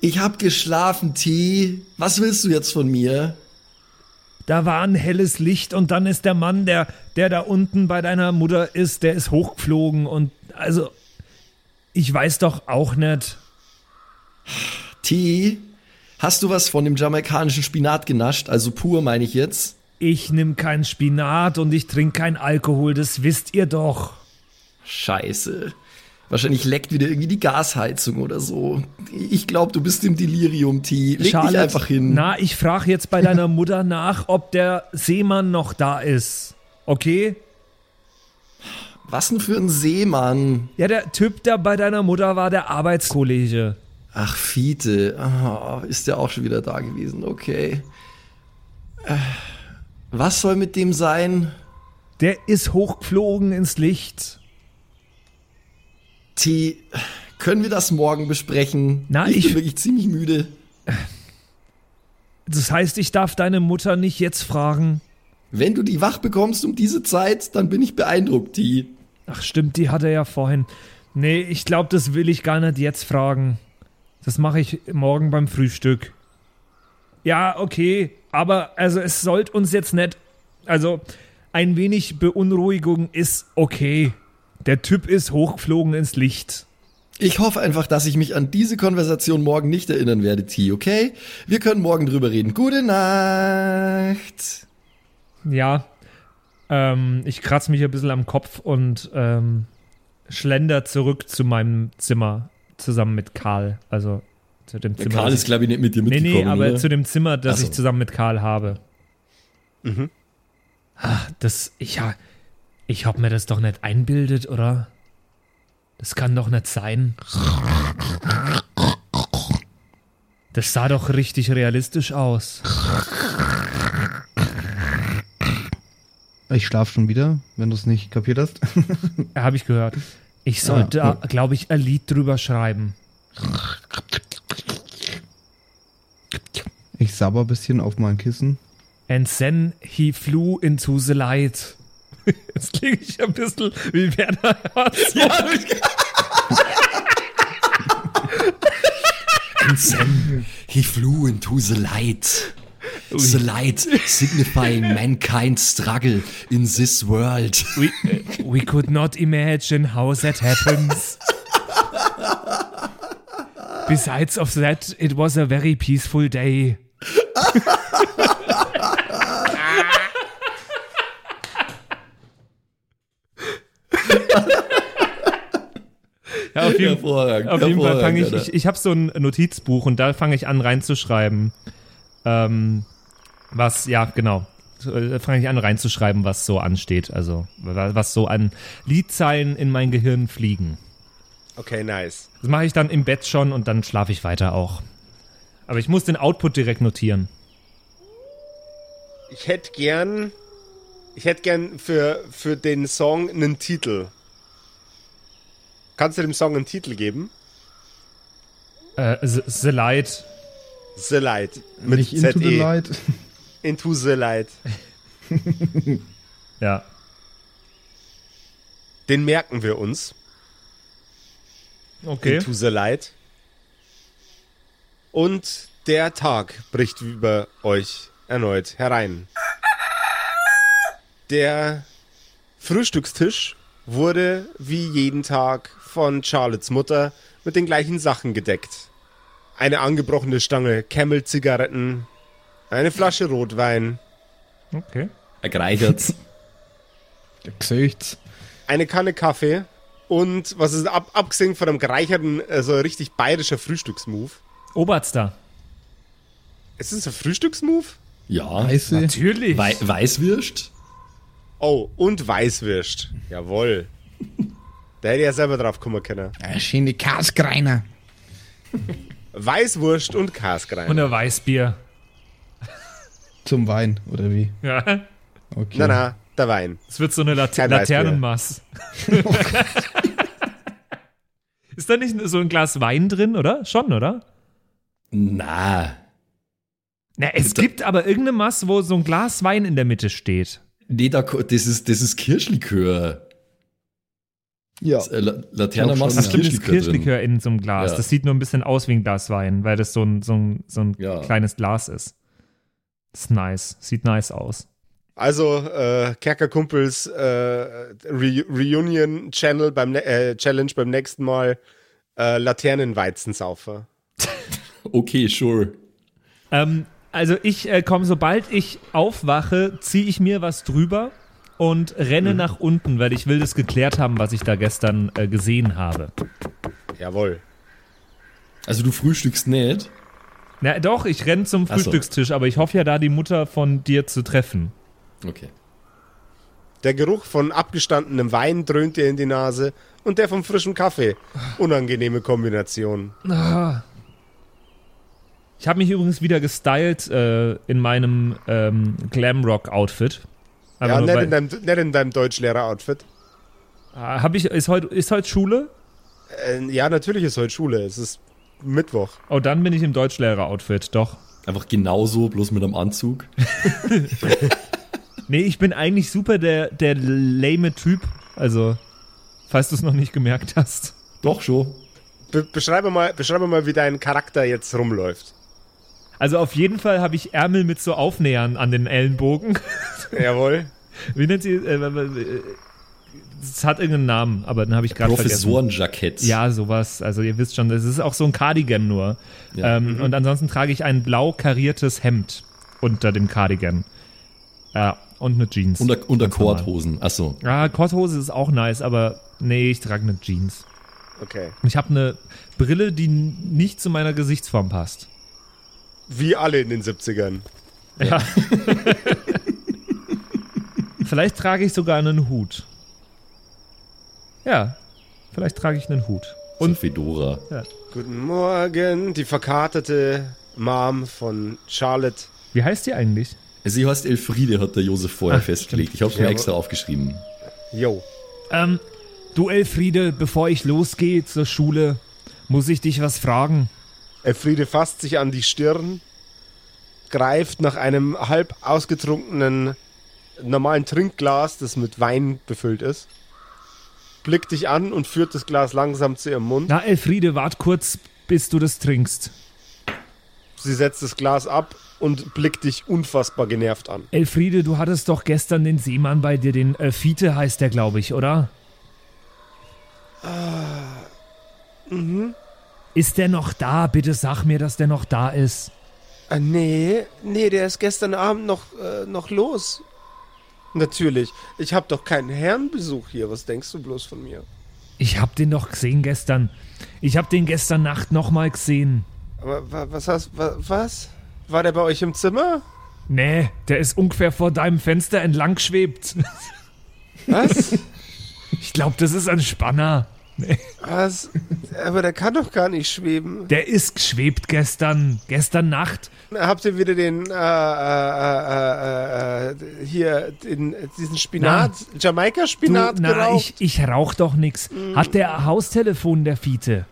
[SPEAKER 4] Ich hab geschlafen, T. Was willst du jetzt von mir?
[SPEAKER 2] Da war ein helles Licht und dann ist der Mann, der, der da unten bei deiner Mutter ist, der ist hochgeflogen und also, ich weiß doch auch nicht.
[SPEAKER 4] T. Hast du was von dem jamaikanischen Spinat genascht? Also pur, meine ich jetzt.
[SPEAKER 2] Ich nimm kein Spinat und ich trink kein Alkohol, das wisst ihr doch.
[SPEAKER 4] Scheiße. Wahrscheinlich leckt wieder irgendwie die Gasheizung oder so. Ich glaube, du bist im Delirium, T. Leg dich einfach hin.
[SPEAKER 2] Na, ich frage jetzt bei deiner Mutter nach, ob der Seemann noch da ist. Okay?
[SPEAKER 4] Was denn für ein Seemann?
[SPEAKER 2] Ja, der Typ, der bei deiner Mutter war, der Arbeitskollege.
[SPEAKER 4] Ach, Fiete. Ah, ist der auch schon wieder da gewesen. Okay. Äh, Was soll mit dem sein?
[SPEAKER 2] Der ist hochgeflogen ins Licht.
[SPEAKER 4] T. Können wir das morgen besprechen?
[SPEAKER 2] Na,
[SPEAKER 4] ich
[SPEAKER 2] ich-
[SPEAKER 4] bin wirklich ziemlich müde.
[SPEAKER 2] Das heißt, ich darf deine Mutter nicht jetzt fragen.
[SPEAKER 4] Wenn du die wach bekommst um diese Zeit, dann bin ich beeindruckt, T.
[SPEAKER 2] Ach stimmt, die hat er ja vorhin. Nee, ich glaube, das will ich gar nicht jetzt fragen. Das mache ich morgen beim Frühstück. Ja, okay, aber also es sollte uns jetzt nicht. Also ein wenig Beunruhigung ist okay. Der Typ ist hochgeflogen ins Licht.
[SPEAKER 4] Ich hoffe einfach, dass ich mich an diese Konversation morgen nicht erinnern werde, T, okay? Wir können morgen drüber reden. Gute Nacht.
[SPEAKER 2] Ja. Ähm, ich kratze mich ein bisschen am Kopf und ähm, schlender zurück zu meinem Zimmer zusammen mit Karl. Also zu dem Zimmer.
[SPEAKER 6] Karl
[SPEAKER 2] das
[SPEAKER 6] ist, glaube ich, nicht mit dir
[SPEAKER 2] Nee,
[SPEAKER 6] mitgekommen.
[SPEAKER 2] nee, aber
[SPEAKER 6] oder?
[SPEAKER 2] zu dem Zimmer, das
[SPEAKER 6] Ach so. Mhm.
[SPEAKER 2] ich zusammen mit Karl habe. Ah, Das, ich, ha- ich hab mir das doch nicht einbildet, oder? Das kann doch nicht sein. Das sah doch richtig realistisch aus.
[SPEAKER 3] Ich schlafe schon wieder, wenn du es nicht kapiert hast.
[SPEAKER 2] Habe ich gehört.
[SPEAKER 6] Ah,
[SPEAKER 2] Ich sollte, glaube ich, ein Lied drüber schreiben.
[SPEAKER 3] Ich sabber ein bisschen auf mein Kissen.
[SPEAKER 2] And then he flew into the light. Jetzt klinge ich ein bisschen wie Werner Herzog.
[SPEAKER 5] He flew into the light. The light signifying mankind's struggle in this world.
[SPEAKER 2] We, uh, we could not imagine how that happens. Besides of that, it was a very peaceful day. ja, auf jeden,
[SPEAKER 6] Hervorragend.
[SPEAKER 2] auf jeden Fall fange ich,
[SPEAKER 6] hervorragend,
[SPEAKER 2] ich, ich habe so ein Notizbuch und da fange ich an reinzuschreiben, ähm, was, ja, genau, So, äh, da fange ich an reinzuschreiben, was so ansteht, also wa- was so an Liedzeilen in mein Gehirn fliegen.
[SPEAKER 1] Okay, nice.
[SPEAKER 2] Das mache ich dann im Bett schon und dann schlafe ich weiter auch. Aber ich muss den Output direkt notieren.
[SPEAKER 1] Ich hätte gern. Ich hätte gern für, für den Song einen Titel. Kannst du dem Song einen Titel geben?
[SPEAKER 2] Äh, the, the Light.
[SPEAKER 1] The Light. Mit E.
[SPEAKER 3] Nicht into
[SPEAKER 1] ZE.
[SPEAKER 3] the light.
[SPEAKER 1] Into the Light.
[SPEAKER 2] Ja.
[SPEAKER 1] Den merken wir uns.
[SPEAKER 2] Okay.
[SPEAKER 1] Into the Light. Und der Tag bricht über euch erneut herein. Der Frühstückstisch wurde wie jeden Tag von Charlottes Mutter mit den gleichen Sachen gedeckt. Eine angebrochene Stange Camel-Zigaretten, eine Flasche Rotwein,
[SPEAKER 2] Okay.
[SPEAKER 6] Er greifert's.
[SPEAKER 3] Gesichts.
[SPEAKER 1] eine Kanne Kaffee und, was ist ab, abgesehen von einem gereicherten, also richtig bayerischer Frühstücksmove,
[SPEAKER 2] Oberster.
[SPEAKER 1] Ist es ein Frühstücksmove?
[SPEAKER 6] Ja.
[SPEAKER 3] Weiße.
[SPEAKER 2] Natürlich.
[SPEAKER 6] Wei Weißwürst?
[SPEAKER 1] Oh, und Weißwürst. Jawohl. da hätte ich ja selber drauf kommen können.
[SPEAKER 3] Eine schöne Kaskreiner.
[SPEAKER 1] Weißwurst und Kasgrein.
[SPEAKER 2] Und ein Weißbier.
[SPEAKER 3] Zum Wein, oder wie?
[SPEAKER 2] Ja.
[SPEAKER 3] Okay.
[SPEAKER 1] Na, na, der Wein.
[SPEAKER 2] Es wird so eine Late
[SPEAKER 1] Kein Weißbier. Oh
[SPEAKER 2] Laternenmaß. Ist da nicht so ein Glas Wein drin, oder? Schon, oder?
[SPEAKER 6] Na.
[SPEAKER 2] Na, es gibt aber irgendeine Maß, wo so ein Glas Wein in der Mitte steht.
[SPEAKER 6] Nee, da, ko- das ist, das ist Kirschlikör.
[SPEAKER 3] Ja.
[SPEAKER 6] Äh, La- Laterna
[SPEAKER 3] Ich glaub
[SPEAKER 6] machst
[SPEAKER 3] schon,
[SPEAKER 6] du
[SPEAKER 2] Stimmt,
[SPEAKER 3] ja.
[SPEAKER 2] ist
[SPEAKER 6] Kirschlikör drin.
[SPEAKER 2] Kirschlikör in so einem Glas.
[SPEAKER 6] Ja.
[SPEAKER 2] Das sieht nur ein bisschen aus wie ein Glas Wein, weil das so ein, so ein, so ein
[SPEAKER 6] Ja.
[SPEAKER 2] kleines Glas ist. Ist nice. Sieht nice aus.
[SPEAKER 1] Also, äh, Kerkerkumpels äh, Re Reunion Channel beim ne äh, Challenge beim nächsten Mal äh, Laternenweizensaufer.
[SPEAKER 6] Okay, sure.
[SPEAKER 2] Ähm, also ich äh, komme, sobald ich aufwache, ziehe ich mir was drüber und
[SPEAKER 6] Mhm.
[SPEAKER 2] renne nach unten, weil ich will das geklärt haben, was ich da gestern äh, gesehen habe.
[SPEAKER 1] Jawohl.
[SPEAKER 6] Also du frühstückst nicht.
[SPEAKER 2] Na doch, ich renne zum
[SPEAKER 6] Ach so.
[SPEAKER 2] Frühstückstisch, aber ich hoffe ja da die Mutter von dir zu treffen.
[SPEAKER 6] Okay.
[SPEAKER 1] Der Geruch von abgestandenem Wein dröhnt dir in die Nase und der von frischem Kaffee. Unangenehme Kombination.
[SPEAKER 2] Ich habe mich übrigens wieder gestylt äh, in meinem ähm, Glamrock-Outfit.
[SPEAKER 1] Ja, nicht in, deinem, nicht in deinem Deutschlehrer-Outfit.
[SPEAKER 2] Ah, Hab ich, ist heute ist heut Schule?
[SPEAKER 1] Äh, ja, natürlich ist heute Schule. Es ist Mittwoch.
[SPEAKER 2] Oh, dann bin ich im Deutschlehrer-Outfit, doch.
[SPEAKER 6] Einfach genauso, bloß mit einem Anzug.
[SPEAKER 2] Nee, ich bin eigentlich super der, der lame Typ. Also, falls du es noch nicht gemerkt hast.
[SPEAKER 6] Doch schon.
[SPEAKER 1] Be beschreibe, mal, beschreibe mal, wie dein Charakter jetzt rumläuft.
[SPEAKER 2] Also auf jeden Fall habe ich Ärmel mit so Aufnähern an den Ellenbogen.
[SPEAKER 1] Jawohl.
[SPEAKER 2] Wie nennt sie? äh, äh, Es hat irgendeinen Namen, aber den habe ich gerade vergessen.
[SPEAKER 6] Professorenjackett.
[SPEAKER 2] Ja, sowas. Also ihr wisst schon, das ist auch so ein Cardigan nur. ähm, Und ansonsten trage ich ein blau kariertes Hemd unter dem Cardigan. Ja, und eine Jeans.
[SPEAKER 6] Unter, unter
[SPEAKER 2] Ganz normal.
[SPEAKER 6] Kordhosen. Achso.
[SPEAKER 2] Ja, Korthose ist auch nice, aber nee, ich trage eine Jeans.
[SPEAKER 1] Okay.
[SPEAKER 2] Und Ich habe eine Brille, die n- nicht zu meiner Gesichtsform passt.
[SPEAKER 1] Wie alle in den 70ern.
[SPEAKER 2] Ja. vielleicht trage ich sogar einen Hut. Ja, vielleicht trage ich einen Hut.
[SPEAKER 6] Und Fedora.
[SPEAKER 1] Guten Morgen, die verkartete Mom von Charlotte.
[SPEAKER 2] Wie heißt die eigentlich?
[SPEAKER 6] Sie Also heißt Elfriede, hat der Josef
[SPEAKER 2] Ah,
[SPEAKER 6] vorher festgelegt. Ich habe es mir extra aufgeschrieben.
[SPEAKER 1] Yo.
[SPEAKER 2] Ähm, du Elfriede, bevor ich losgehe zur Schule, muss ich dich was fragen.
[SPEAKER 1] Elfriede fasst sich an die Stirn, greift nach einem halb ausgetrunkenen normalen Trinkglas, das mit Wein befüllt ist, blickt dich an und führt das Glas langsam zu ihrem Mund.
[SPEAKER 2] Na, Elfriede, wart kurz, bis du das trinkst.
[SPEAKER 1] Sie setzt das Glas ab und blickt dich unfassbar genervt an.
[SPEAKER 2] Elfriede, du hattest doch gestern den Seemann bei dir, den äh, Fiete heißt der, glaube ich, oder? Ist der noch da? Bitte sag mir, dass der noch da ist.
[SPEAKER 1] Ah, nee, nee, der ist gestern Abend noch, äh, noch los. Natürlich. Ich hab doch keinen Herrenbesuch hier. Was denkst du bloß von mir?
[SPEAKER 2] Ich hab den doch gesehen gestern. Ich hab den gestern Nacht nochmal gesehen.
[SPEAKER 1] Aber wa- was hast wa, was? War der bei euch im Zimmer?
[SPEAKER 2] Nee, der ist ungefähr vor deinem Fenster entlang geschwebt.
[SPEAKER 1] Was?
[SPEAKER 2] Ich glaube, das ist ein Spanner.
[SPEAKER 1] was? Aber der kann doch gar nicht schweben.
[SPEAKER 2] Der ist geschwebt gestern, gestern Nacht.
[SPEAKER 1] Habt ihr wieder den äh, äh, äh, äh, äh, hier den, diesen Spinat, Jamaika
[SPEAKER 2] Du,
[SPEAKER 1] Spinat
[SPEAKER 2] na,
[SPEAKER 1] geraucht? Mhm.
[SPEAKER 2] ich, ich rauch doch nix. Hat der ein Haustelefon, der Fiete?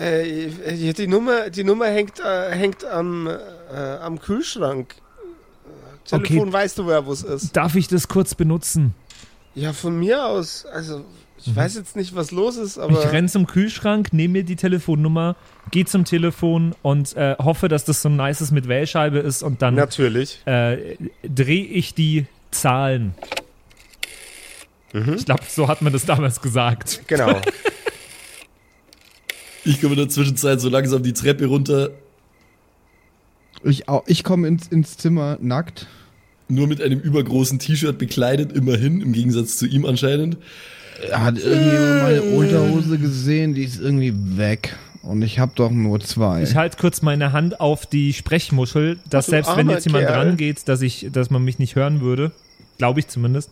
[SPEAKER 1] Äh, äh, die Nummer, die Nummer hängt, äh, hängt am, äh, am Kühlschrank. Äh,
[SPEAKER 2] Okay.
[SPEAKER 1] Telefon weißt du, wer wo es ist.
[SPEAKER 2] Darf ich das kurz benutzen?
[SPEAKER 1] Ja, von mir aus. Also, ich weiß jetzt nicht, was los ist, aber.
[SPEAKER 2] Ich renn zum Kühlschrank, nehme mir die Telefonnummer, gehe zum Telefon und äh, hoffe, dass das so ein nices mit Wählscheibe ist und dann
[SPEAKER 1] Natürlich.
[SPEAKER 2] äh, drehe ich die Zahlen.
[SPEAKER 1] Mhm.
[SPEAKER 2] Ich glaube, so hat man das damals gesagt.
[SPEAKER 1] Genau.
[SPEAKER 6] Ich komme in der Zwischenzeit so langsam die Treppe runter,
[SPEAKER 3] Ich, au- ich komme ins, ins Zimmer nackt.
[SPEAKER 6] nur mit einem übergroßen T-Shirt bekleidet, immerhin, im Gegensatz zu ihm anscheinend.
[SPEAKER 3] Hat irgendjemand meine Unterhose gesehen? Die ist irgendwie weg. Und ich habe doch nur zwei.
[SPEAKER 2] Ich halte kurz meine Hand auf die Sprechmuschel, dass
[SPEAKER 1] Ach, du
[SPEAKER 2] selbst wenn
[SPEAKER 1] armer
[SPEAKER 2] jetzt jemand
[SPEAKER 1] Kerl.
[SPEAKER 2] rangeht, dass ich, dass man mich nicht hören würde. Glaube ich zumindest.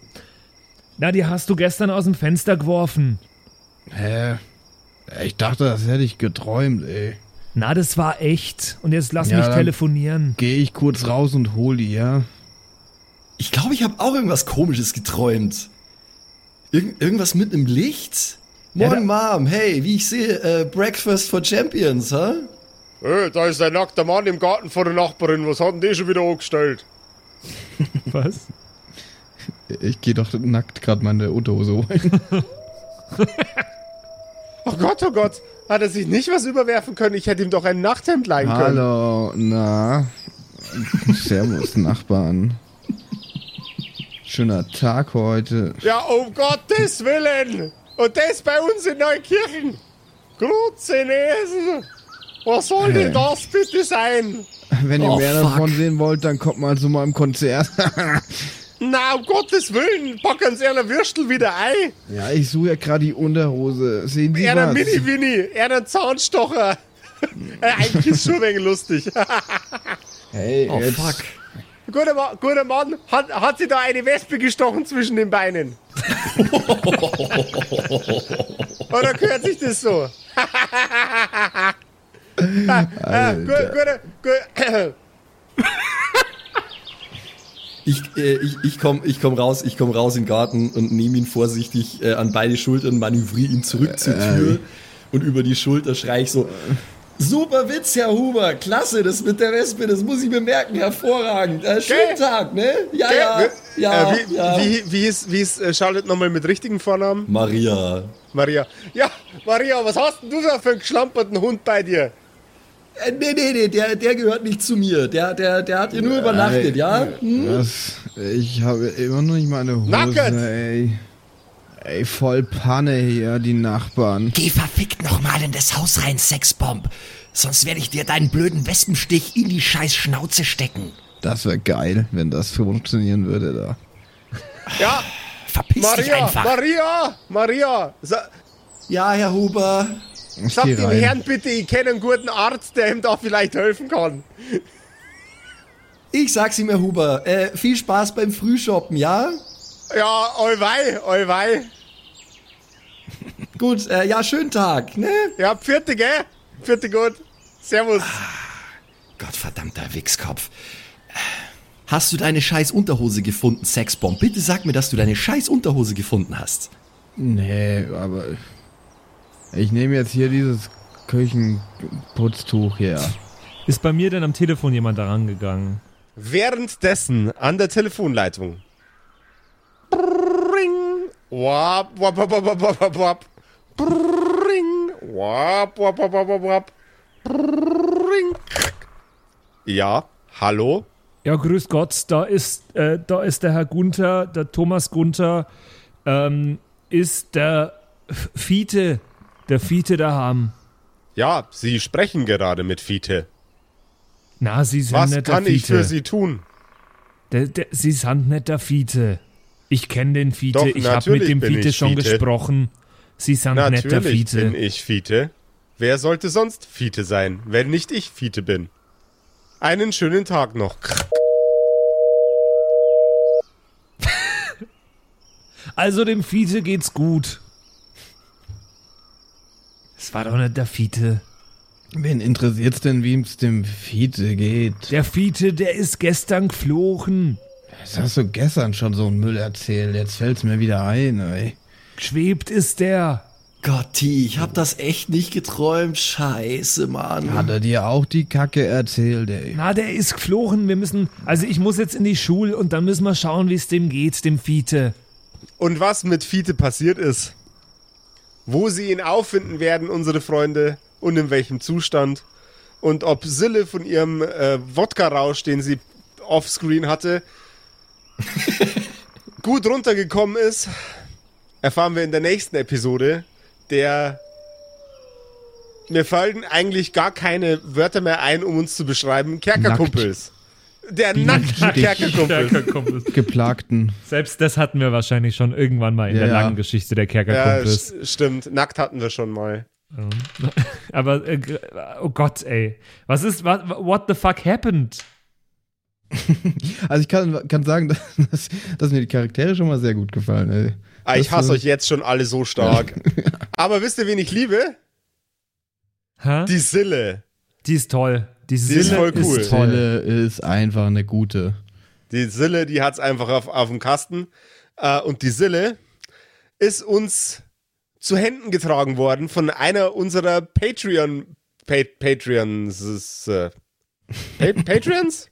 [SPEAKER 2] Na, die hast du gestern aus dem Fenster geworfen.
[SPEAKER 3] Hä? Ich dachte, das hätte ich geträumt, ey.
[SPEAKER 2] Na, das war echt. Und jetzt lass
[SPEAKER 3] Ja,
[SPEAKER 2] mich
[SPEAKER 3] dann-
[SPEAKER 2] telefonieren.
[SPEAKER 3] Gehe ich kurz raus und hol die, ja?
[SPEAKER 6] Ich glaube, ich habe auch irgendwas Komisches geträumt. Irg irgendwas mit einem Licht? Morgen, Mom. Hey, wie ich sehe, äh, Breakfast for Champions, ha?
[SPEAKER 1] Hey, da ist der nackte Mann im Garten vor der Nachbarin. Was hat denn die schon wieder angestellt?
[SPEAKER 2] Was?
[SPEAKER 3] Ich gehe doch nackt gerade meine Unterhose holen.
[SPEAKER 1] Oh Gott, oh Gott. Hat er sich nicht was überwerfen können? Ich hätte ihm doch ein Nachthemd leihen können.
[SPEAKER 3] Hallo, na. Servus, Nachbarn. Schöner Tag heute.
[SPEAKER 1] Ja, um Gottes Willen. Und das bei uns in Neukirchen. Gruzenesen. Was soll denn das bitte sein?
[SPEAKER 3] Wenn ihr mehr davon sehen wollt, dann kommt mal zu meinem Konzert.
[SPEAKER 1] Na, um Gottes Willen. Packen Sie alle Würstel wieder ein.
[SPEAKER 3] ja, ich suche ja gerade die Unterhose. Sehen Sie
[SPEAKER 1] Er der
[SPEAKER 3] was?
[SPEAKER 1] Mini-Winni. Er der Zaunstocher. Äh, Eigentlich ist schon ein wenig lustig.
[SPEAKER 3] Hey,
[SPEAKER 5] Oh,
[SPEAKER 3] jetzt.
[SPEAKER 5] fuck.
[SPEAKER 1] guter, Ma guter Mann. Hat, hat sie da eine Wespe gestochen zwischen den Beinen? Oder gehört sich das so? Ah, gu guter, gu
[SPEAKER 4] Ich, äh, ich, ich komme ich komm raus, ich komm raus in den Garten und nehme ihn vorsichtig äh, an beide Schultern, manövriere ihn zurück
[SPEAKER 1] Äh,
[SPEAKER 4] zur Tür und über die Schulter schrei ich so, super Witz, Herr Huber, klasse, das mit der Wespe, das muss ich mir merken, hervorragend. Äh, schönen
[SPEAKER 1] Gell?
[SPEAKER 4] Tag, ne? Ja,
[SPEAKER 1] Gell?
[SPEAKER 4] ja,
[SPEAKER 1] Wie-
[SPEAKER 4] ja,
[SPEAKER 1] äh, wie,
[SPEAKER 4] ja.
[SPEAKER 1] Wie, wie ist, wie ist äh, Charlotte nochmal mit richtigen Vornamen?
[SPEAKER 4] Maria.
[SPEAKER 1] Maria. Ja, Maria, was hast denn du da für einen geschlamperten Hund bei dir?
[SPEAKER 4] Äh, nee, nee, nee, der, der gehört nicht zu mir. Der, der, der hat hier nur übernachtet, ja? Hm?
[SPEAKER 3] Was? Ich habe immer noch nicht meine Hose,
[SPEAKER 1] Nacket!
[SPEAKER 3] ey. Ey, voll Panne hier, die Nachbarn.
[SPEAKER 5] Geh verfickt nochmal in das Haus rein, Sexbomb. Sonst werde ich dir deinen blöden Wespenstich in die scheiß Schnauze stecken.
[SPEAKER 3] Das wäre geil, wenn das funktionieren würde da.
[SPEAKER 1] Ja,
[SPEAKER 5] Verpiss dich
[SPEAKER 1] Maria,
[SPEAKER 5] einfach.
[SPEAKER 1] Maria, Maria. Sa
[SPEAKER 4] Ja, Herr Huber.
[SPEAKER 3] Ich
[SPEAKER 1] sag
[SPEAKER 3] geh
[SPEAKER 1] dem
[SPEAKER 3] rein.
[SPEAKER 1] Herrn bitte, ich kenne einen guten Arzt, der ihm da vielleicht helfen kann.
[SPEAKER 4] Ich sag's ihm, Herr Huber. Äh, viel Spaß beim Frühshoppen, ja?
[SPEAKER 1] Ja, allweil, allweil.
[SPEAKER 4] Gut, äh, ja, schönen Tag, ne?
[SPEAKER 1] Ja, pfierte, gell? Pfierte gut. Servus.
[SPEAKER 4] Gottverdammter Wichskopf. Hast du deine scheiß Unterhose gefunden, Sexbomb? Bitte sag mir, dass du deine scheiß Unterhose gefunden hast.
[SPEAKER 3] Nee, aber. Ich nehme jetzt hier dieses Küchenputztuch her.
[SPEAKER 2] Ist bei mir denn am Telefon jemand da rangegangen?
[SPEAKER 1] Währenddessen an der Telefonleitung. Bring. Wap, wap, wap, wap, wap, wap, wap. Bring. Wap, wap, wap, wap, wap, wap. Bring. Ja, hallo?
[SPEAKER 2] Ja, grüß Gott, da ist, äh, da ist der Herr Gunther, der Thomas Gunther, ähm, ist der F- Fiete, der Fiete daheim.
[SPEAKER 1] Ja, Sie sprechen gerade mit Fiete.
[SPEAKER 2] Na, Sie sind
[SPEAKER 1] Was
[SPEAKER 2] nicht
[SPEAKER 1] kann
[SPEAKER 2] der Fiete.
[SPEAKER 1] ich für Sie tun?
[SPEAKER 2] Der, der, Sie sind nicht der Fiete. Ich kenne den Fiete,
[SPEAKER 1] Doch,
[SPEAKER 2] ich habe mit
[SPEAKER 1] natürlich
[SPEAKER 2] dem
[SPEAKER 1] bin
[SPEAKER 2] Fiete
[SPEAKER 1] ich
[SPEAKER 2] schon
[SPEAKER 1] Fiete.
[SPEAKER 2] gesprochen. Sie sind nicht der
[SPEAKER 1] Natürlich
[SPEAKER 2] Fiete.
[SPEAKER 1] bin ich Fiete. Wer sollte sonst Fiete sein, wenn nicht ich Fiete bin? Einen schönen Tag noch.
[SPEAKER 2] Also dem Fiete geht's gut. Es war doch nicht der Fiete.
[SPEAKER 3] Wen interessiert's denn, wie es dem Fiete geht?
[SPEAKER 2] Der Fiete, der ist gestern geflogen.
[SPEAKER 3] Das hast du gestern schon so einen Müll erzählt. Jetzt fällt's mir wieder ein, ey.
[SPEAKER 2] Geschwebt ist der.
[SPEAKER 4] Gotti, ich hab das echt nicht geträumt. Scheiße, Mann.
[SPEAKER 3] Hat er dir auch die Kacke erzählt, ey?
[SPEAKER 2] Na, der ist geflogen. Wir müssen. Also ich muss jetzt in die Schule und dann müssen wir schauen, wie es dem geht, dem Fiete.
[SPEAKER 1] Und was mit Fiete passiert ist, wo sie ihn auffinden werden, unsere Freunde, und in welchem Zustand, und ob Sille von ihrem äh, Wodka-Rausch, den sie offscreen hatte, gut runtergekommen ist, erfahren wir in der nächsten Episode, der... Mir fallen eigentlich gar keine Wörter mehr ein, um uns zu beschreiben. Kerkerkumpels. Der nackte Kerkerkumpel.
[SPEAKER 3] Geplagten.
[SPEAKER 2] Selbst das hatten wir wahrscheinlich schon irgendwann mal in
[SPEAKER 3] Ja,
[SPEAKER 2] der
[SPEAKER 3] ja.
[SPEAKER 2] langen Geschichte der
[SPEAKER 1] Ja,
[SPEAKER 2] Kerkerkumpels.
[SPEAKER 1] st- stimmt. Nackt hatten wir schon mal.
[SPEAKER 2] Aber äh, g- oh Gott, ey. Was ist what, what the fuck happened?
[SPEAKER 3] Also ich kann, kann sagen, dass, dass mir die Charaktere schon mal sehr gut gefallen, ey.
[SPEAKER 1] Ah, ich
[SPEAKER 3] Das
[SPEAKER 1] hasse
[SPEAKER 3] war-
[SPEAKER 1] euch jetzt schon alle so stark. Aber wisst ihr, wen ich liebe?
[SPEAKER 2] Hä? Die,
[SPEAKER 1] Die Sille.
[SPEAKER 2] ist toll.
[SPEAKER 1] Die
[SPEAKER 2] Die,
[SPEAKER 1] ist
[SPEAKER 2] Sille
[SPEAKER 1] voll cool.
[SPEAKER 2] Ist toll.
[SPEAKER 3] Tolle ist einfach eine gute.
[SPEAKER 1] Die Sille, die hat's einfach auf, auf dem Kasten. Äh, und die Sille ist uns zu Händen getragen worden von einer unserer Patreon. Pa Patreons. Äh, pa Patreons?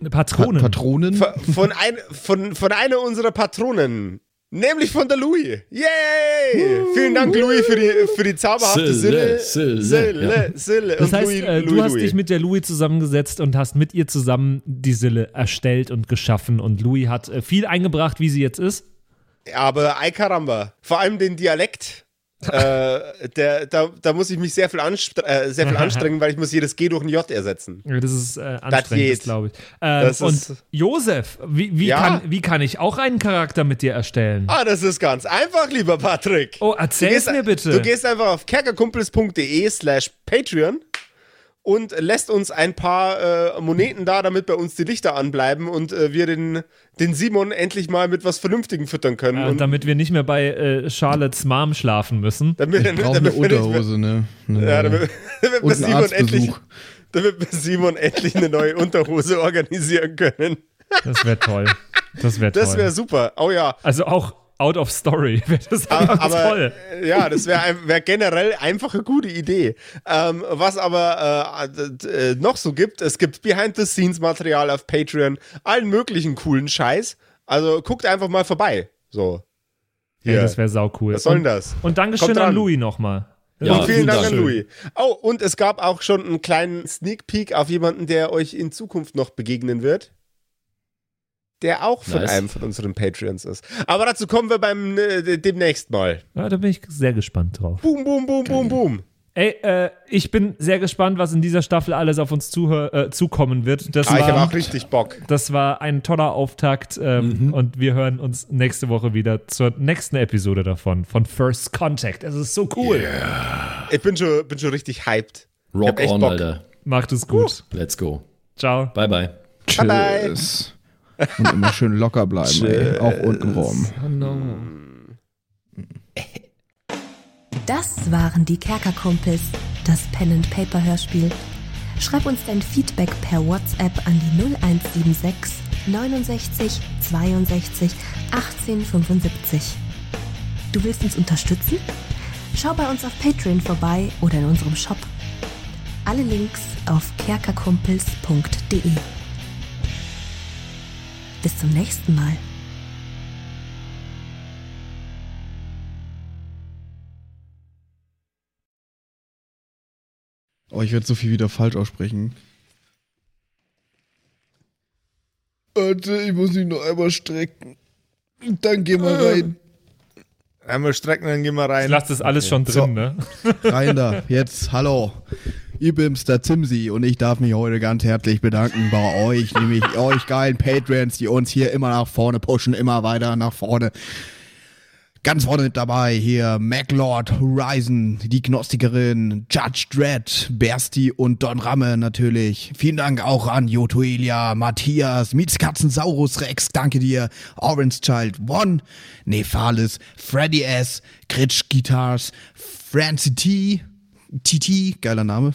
[SPEAKER 2] Eine
[SPEAKER 3] Pa
[SPEAKER 2] Patronen.
[SPEAKER 3] Patronen?
[SPEAKER 1] Von, von, ein, von, von einer unserer Patronen. Nämlich von der Louis. Yay! Vielen Dank, Louis, für die, für die zauberhafte Sille.
[SPEAKER 5] Sille,
[SPEAKER 1] Sille,
[SPEAKER 5] Sille,
[SPEAKER 1] Sille. Sille.
[SPEAKER 2] Das heißt, äh, du hast dich mit der Louis zusammengesetzt und hast mit ihr zusammen die Sille erstellt und geschaffen. Und Louis hat äh, viel eingebracht, wie sie jetzt ist.
[SPEAKER 1] Aber ei caramba. Vor allem den Dialekt. äh, der, da, da muss ich mich sehr viel, anstre äh, sehr viel anstrengen, weil ich muss jedes G durch ein J ersetzen.
[SPEAKER 2] Ja, Das ist äh, anstrengend,
[SPEAKER 1] geht.
[SPEAKER 2] glaube ich. Ähm,
[SPEAKER 1] Das ist-
[SPEAKER 2] und Josef, wie, wie,
[SPEAKER 1] Ja?
[SPEAKER 2] kann, wie kann ich auch einen Charakter mit dir erstellen?
[SPEAKER 1] Ah, das ist ganz einfach, lieber Patrick.
[SPEAKER 2] Oh,
[SPEAKER 1] Du
[SPEAKER 2] erzähl's
[SPEAKER 1] gehst-
[SPEAKER 2] mir bitte.
[SPEAKER 1] Du gehst einfach auf kerkerkumpels.de slash Patreon und lässt uns ein paar äh, Moneten da, damit bei uns die Lichter anbleiben und äh, wir den, den Simon endlich mal mit was Vernünftigem füttern können.
[SPEAKER 2] äh,
[SPEAKER 1] und
[SPEAKER 2] damit wir nicht mehr bei äh, Charlottes Mom schlafen müssen.
[SPEAKER 1] damit, damit,
[SPEAKER 3] Braucht eine
[SPEAKER 1] wir nicht mehr-
[SPEAKER 3] Unterhose, ne?
[SPEAKER 1] Ja, damit, damit, wir
[SPEAKER 3] Und einen
[SPEAKER 1] Simon endlich,
[SPEAKER 3] Arztbesuch.
[SPEAKER 1] damit wir Simon endlich eine neue Unterhose organisieren können.
[SPEAKER 2] Das wäre toll. Das wäre toll.
[SPEAKER 1] Das wäre super. Oh ja.
[SPEAKER 2] also auch out of story wäre das
[SPEAKER 1] Ah, Aber,
[SPEAKER 2] einfach toll.
[SPEAKER 1] äh, ja, das wäre ein- wär generell einfach eine gute Idee. Ähm, was aber äh, d- d- äh, noch so gibt, es gibt Behind-the-Scenes-Material auf Patreon, allen möglichen coolen Scheiß. Also guckt einfach mal vorbei. So.
[SPEAKER 2] Ey,
[SPEAKER 1] Hier.
[SPEAKER 2] das wäre saucool.
[SPEAKER 1] Was soll denn
[SPEAKER 2] Und-
[SPEAKER 1] das?
[SPEAKER 2] Und Dankeschön
[SPEAKER 1] Kommt
[SPEAKER 2] an
[SPEAKER 1] dran.
[SPEAKER 2] Louis nochmal.
[SPEAKER 5] Ja,
[SPEAKER 1] und vielen
[SPEAKER 5] vielen
[SPEAKER 1] Dank,
[SPEAKER 5] Dank.
[SPEAKER 1] an Louis. Oh, und es gab auch schon einen kleinen Sneak Peek auf jemanden, der euch in Zukunft noch begegnen wird. Der auch von
[SPEAKER 5] Nice.
[SPEAKER 1] einem von unseren Patreons ist. Aber dazu kommen wir beim äh, demnächst mal.
[SPEAKER 2] Ja, da bin ich sehr gespannt drauf.
[SPEAKER 1] Boom, boom, boom, boom, boom.
[SPEAKER 2] Ey, äh, ich bin sehr gespannt, was in dieser Staffel alles auf uns zuhör, äh, zukommen wird. Das,
[SPEAKER 1] Ah, ich habe
[SPEAKER 2] war,
[SPEAKER 1] auch richtig Bock.
[SPEAKER 2] das war ein toller Auftakt
[SPEAKER 1] Mhm.
[SPEAKER 2] ähm, und wir hören uns nächste Woche wieder zur nächsten Episode davon, von First Contact. Es ist so cool.
[SPEAKER 1] Ich bin schon, bin schon richtig hyped. Ich hab
[SPEAKER 5] Rock
[SPEAKER 1] echt
[SPEAKER 5] on,
[SPEAKER 1] Bock.
[SPEAKER 5] Alter.
[SPEAKER 2] Macht es gut.
[SPEAKER 5] Let's go.
[SPEAKER 2] Ciao.
[SPEAKER 5] Bye, bye.
[SPEAKER 1] Bye, bye.
[SPEAKER 3] Tschüss. Und immer schön locker bleiben, ey. Auch untenrum.
[SPEAKER 7] Das waren die Kerkerkumpels, das Pen and Paper Hörspiel. Schreib uns dein Feedback per WhatsApp an die 0176 69 62 18 75. Du willst uns unterstützen? Schau bei uns auf Patreon vorbei oder in unserem Shop. Alle Links auf kerkerkumpels.de. Bis zum nächsten Mal.
[SPEAKER 3] Oh, ich werde so viel wieder falsch aussprechen. Warte, ich muss mich noch einmal strecken. Dann gehen wir rein.
[SPEAKER 1] Ah. Einmal strecken, dann gehen wir
[SPEAKER 2] Ich
[SPEAKER 1] rein.
[SPEAKER 2] lasse das alles schon drin,
[SPEAKER 3] So.
[SPEAKER 2] ne?
[SPEAKER 3] Rein da, jetzt, hallo. Ich bin's, der Zimsi, und ich darf mich heute ganz herzlich bedanken bei euch, nämlich euch geilen Patrons, die uns hier immer nach vorne pushen, immer weiter nach vorne. Ganz vorne mit dabei hier MacLord, Horizon, die Gnostikerin, Judge Dredd, Bersti und Don Ramme natürlich. Vielen Dank auch an Jotoelia, Matthias, Mietskatzensaurus Rex, danke dir, Orange Child One, Nephalis, Freddy S., Kritsch Guitars, Francie T., TT, geiler Name.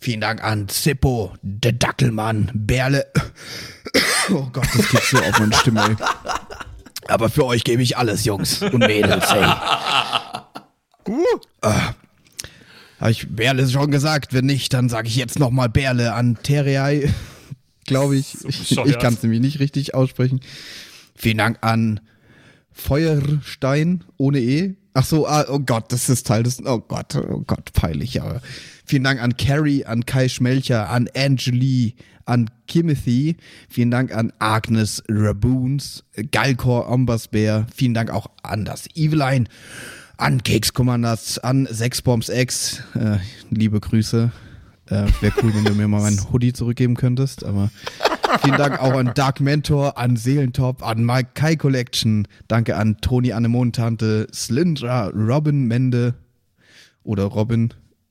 [SPEAKER 3] Vielen Dank an Zippo, der Dackelmann, Berle. Oh Gott, das geht so auf meine Stimme. Ey. Aber für euch gebe ich alles, Jungs und Mädels. Ey. Habe ich Berle schon gesagt? Wenn nicht, dann sage ich jetzt nochmal Berle an Terrei. Glaube ich. ich
[SPEAKER 2] bescheuert.
[SPEAKER 3] ich kann es nämlich nicht richtig aussprechen. Vielen Dank an Feuerstein ohne E. Ach so, ah, oh Gott, das ist Teil des. Oh Gott, oh Gott, peinlich, aber. Vielen Dank an Carrie, an Kai Schmelcher, an Angelie, an Kimothy. Vielen Dank an Agnes Raboons, Galkor Ombersbär. Vielen Dank auch an das Eveline, an Kekskommandas, an Sexbombs X. Äh, liebe Grüße. Äh, Wäre cool, wenn du mir mal meinen Hoodie zurückgeben könntest, aber. Vielen Dank auch an Dark Mentor, an Seelentop, an Mike Kai Collection. Danke an Toni Annemontante, Slyndra, Robin Mende oder Robin,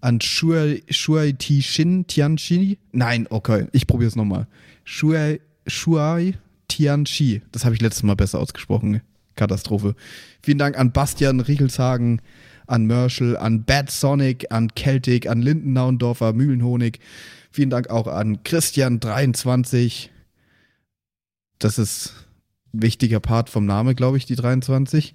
[SPEAKER 3] An Shuai, Shuai Ti Shin Tianchi. Nein, okay, ich probiere es nochmal. Shuai, Shuai Tianchi. Das habe ich letztes Mal besser ausgesprochen. Katastrophe. Vielen Dank an Bastian Riegelshagen, an Merschel, an Bad Sonic, an Celtic, an Lindennaundorfer, Mühlenhonig. Vielen Dank auch an Christian23. Das ist ein wichtiger Part vom Name, glaube ich, die 23.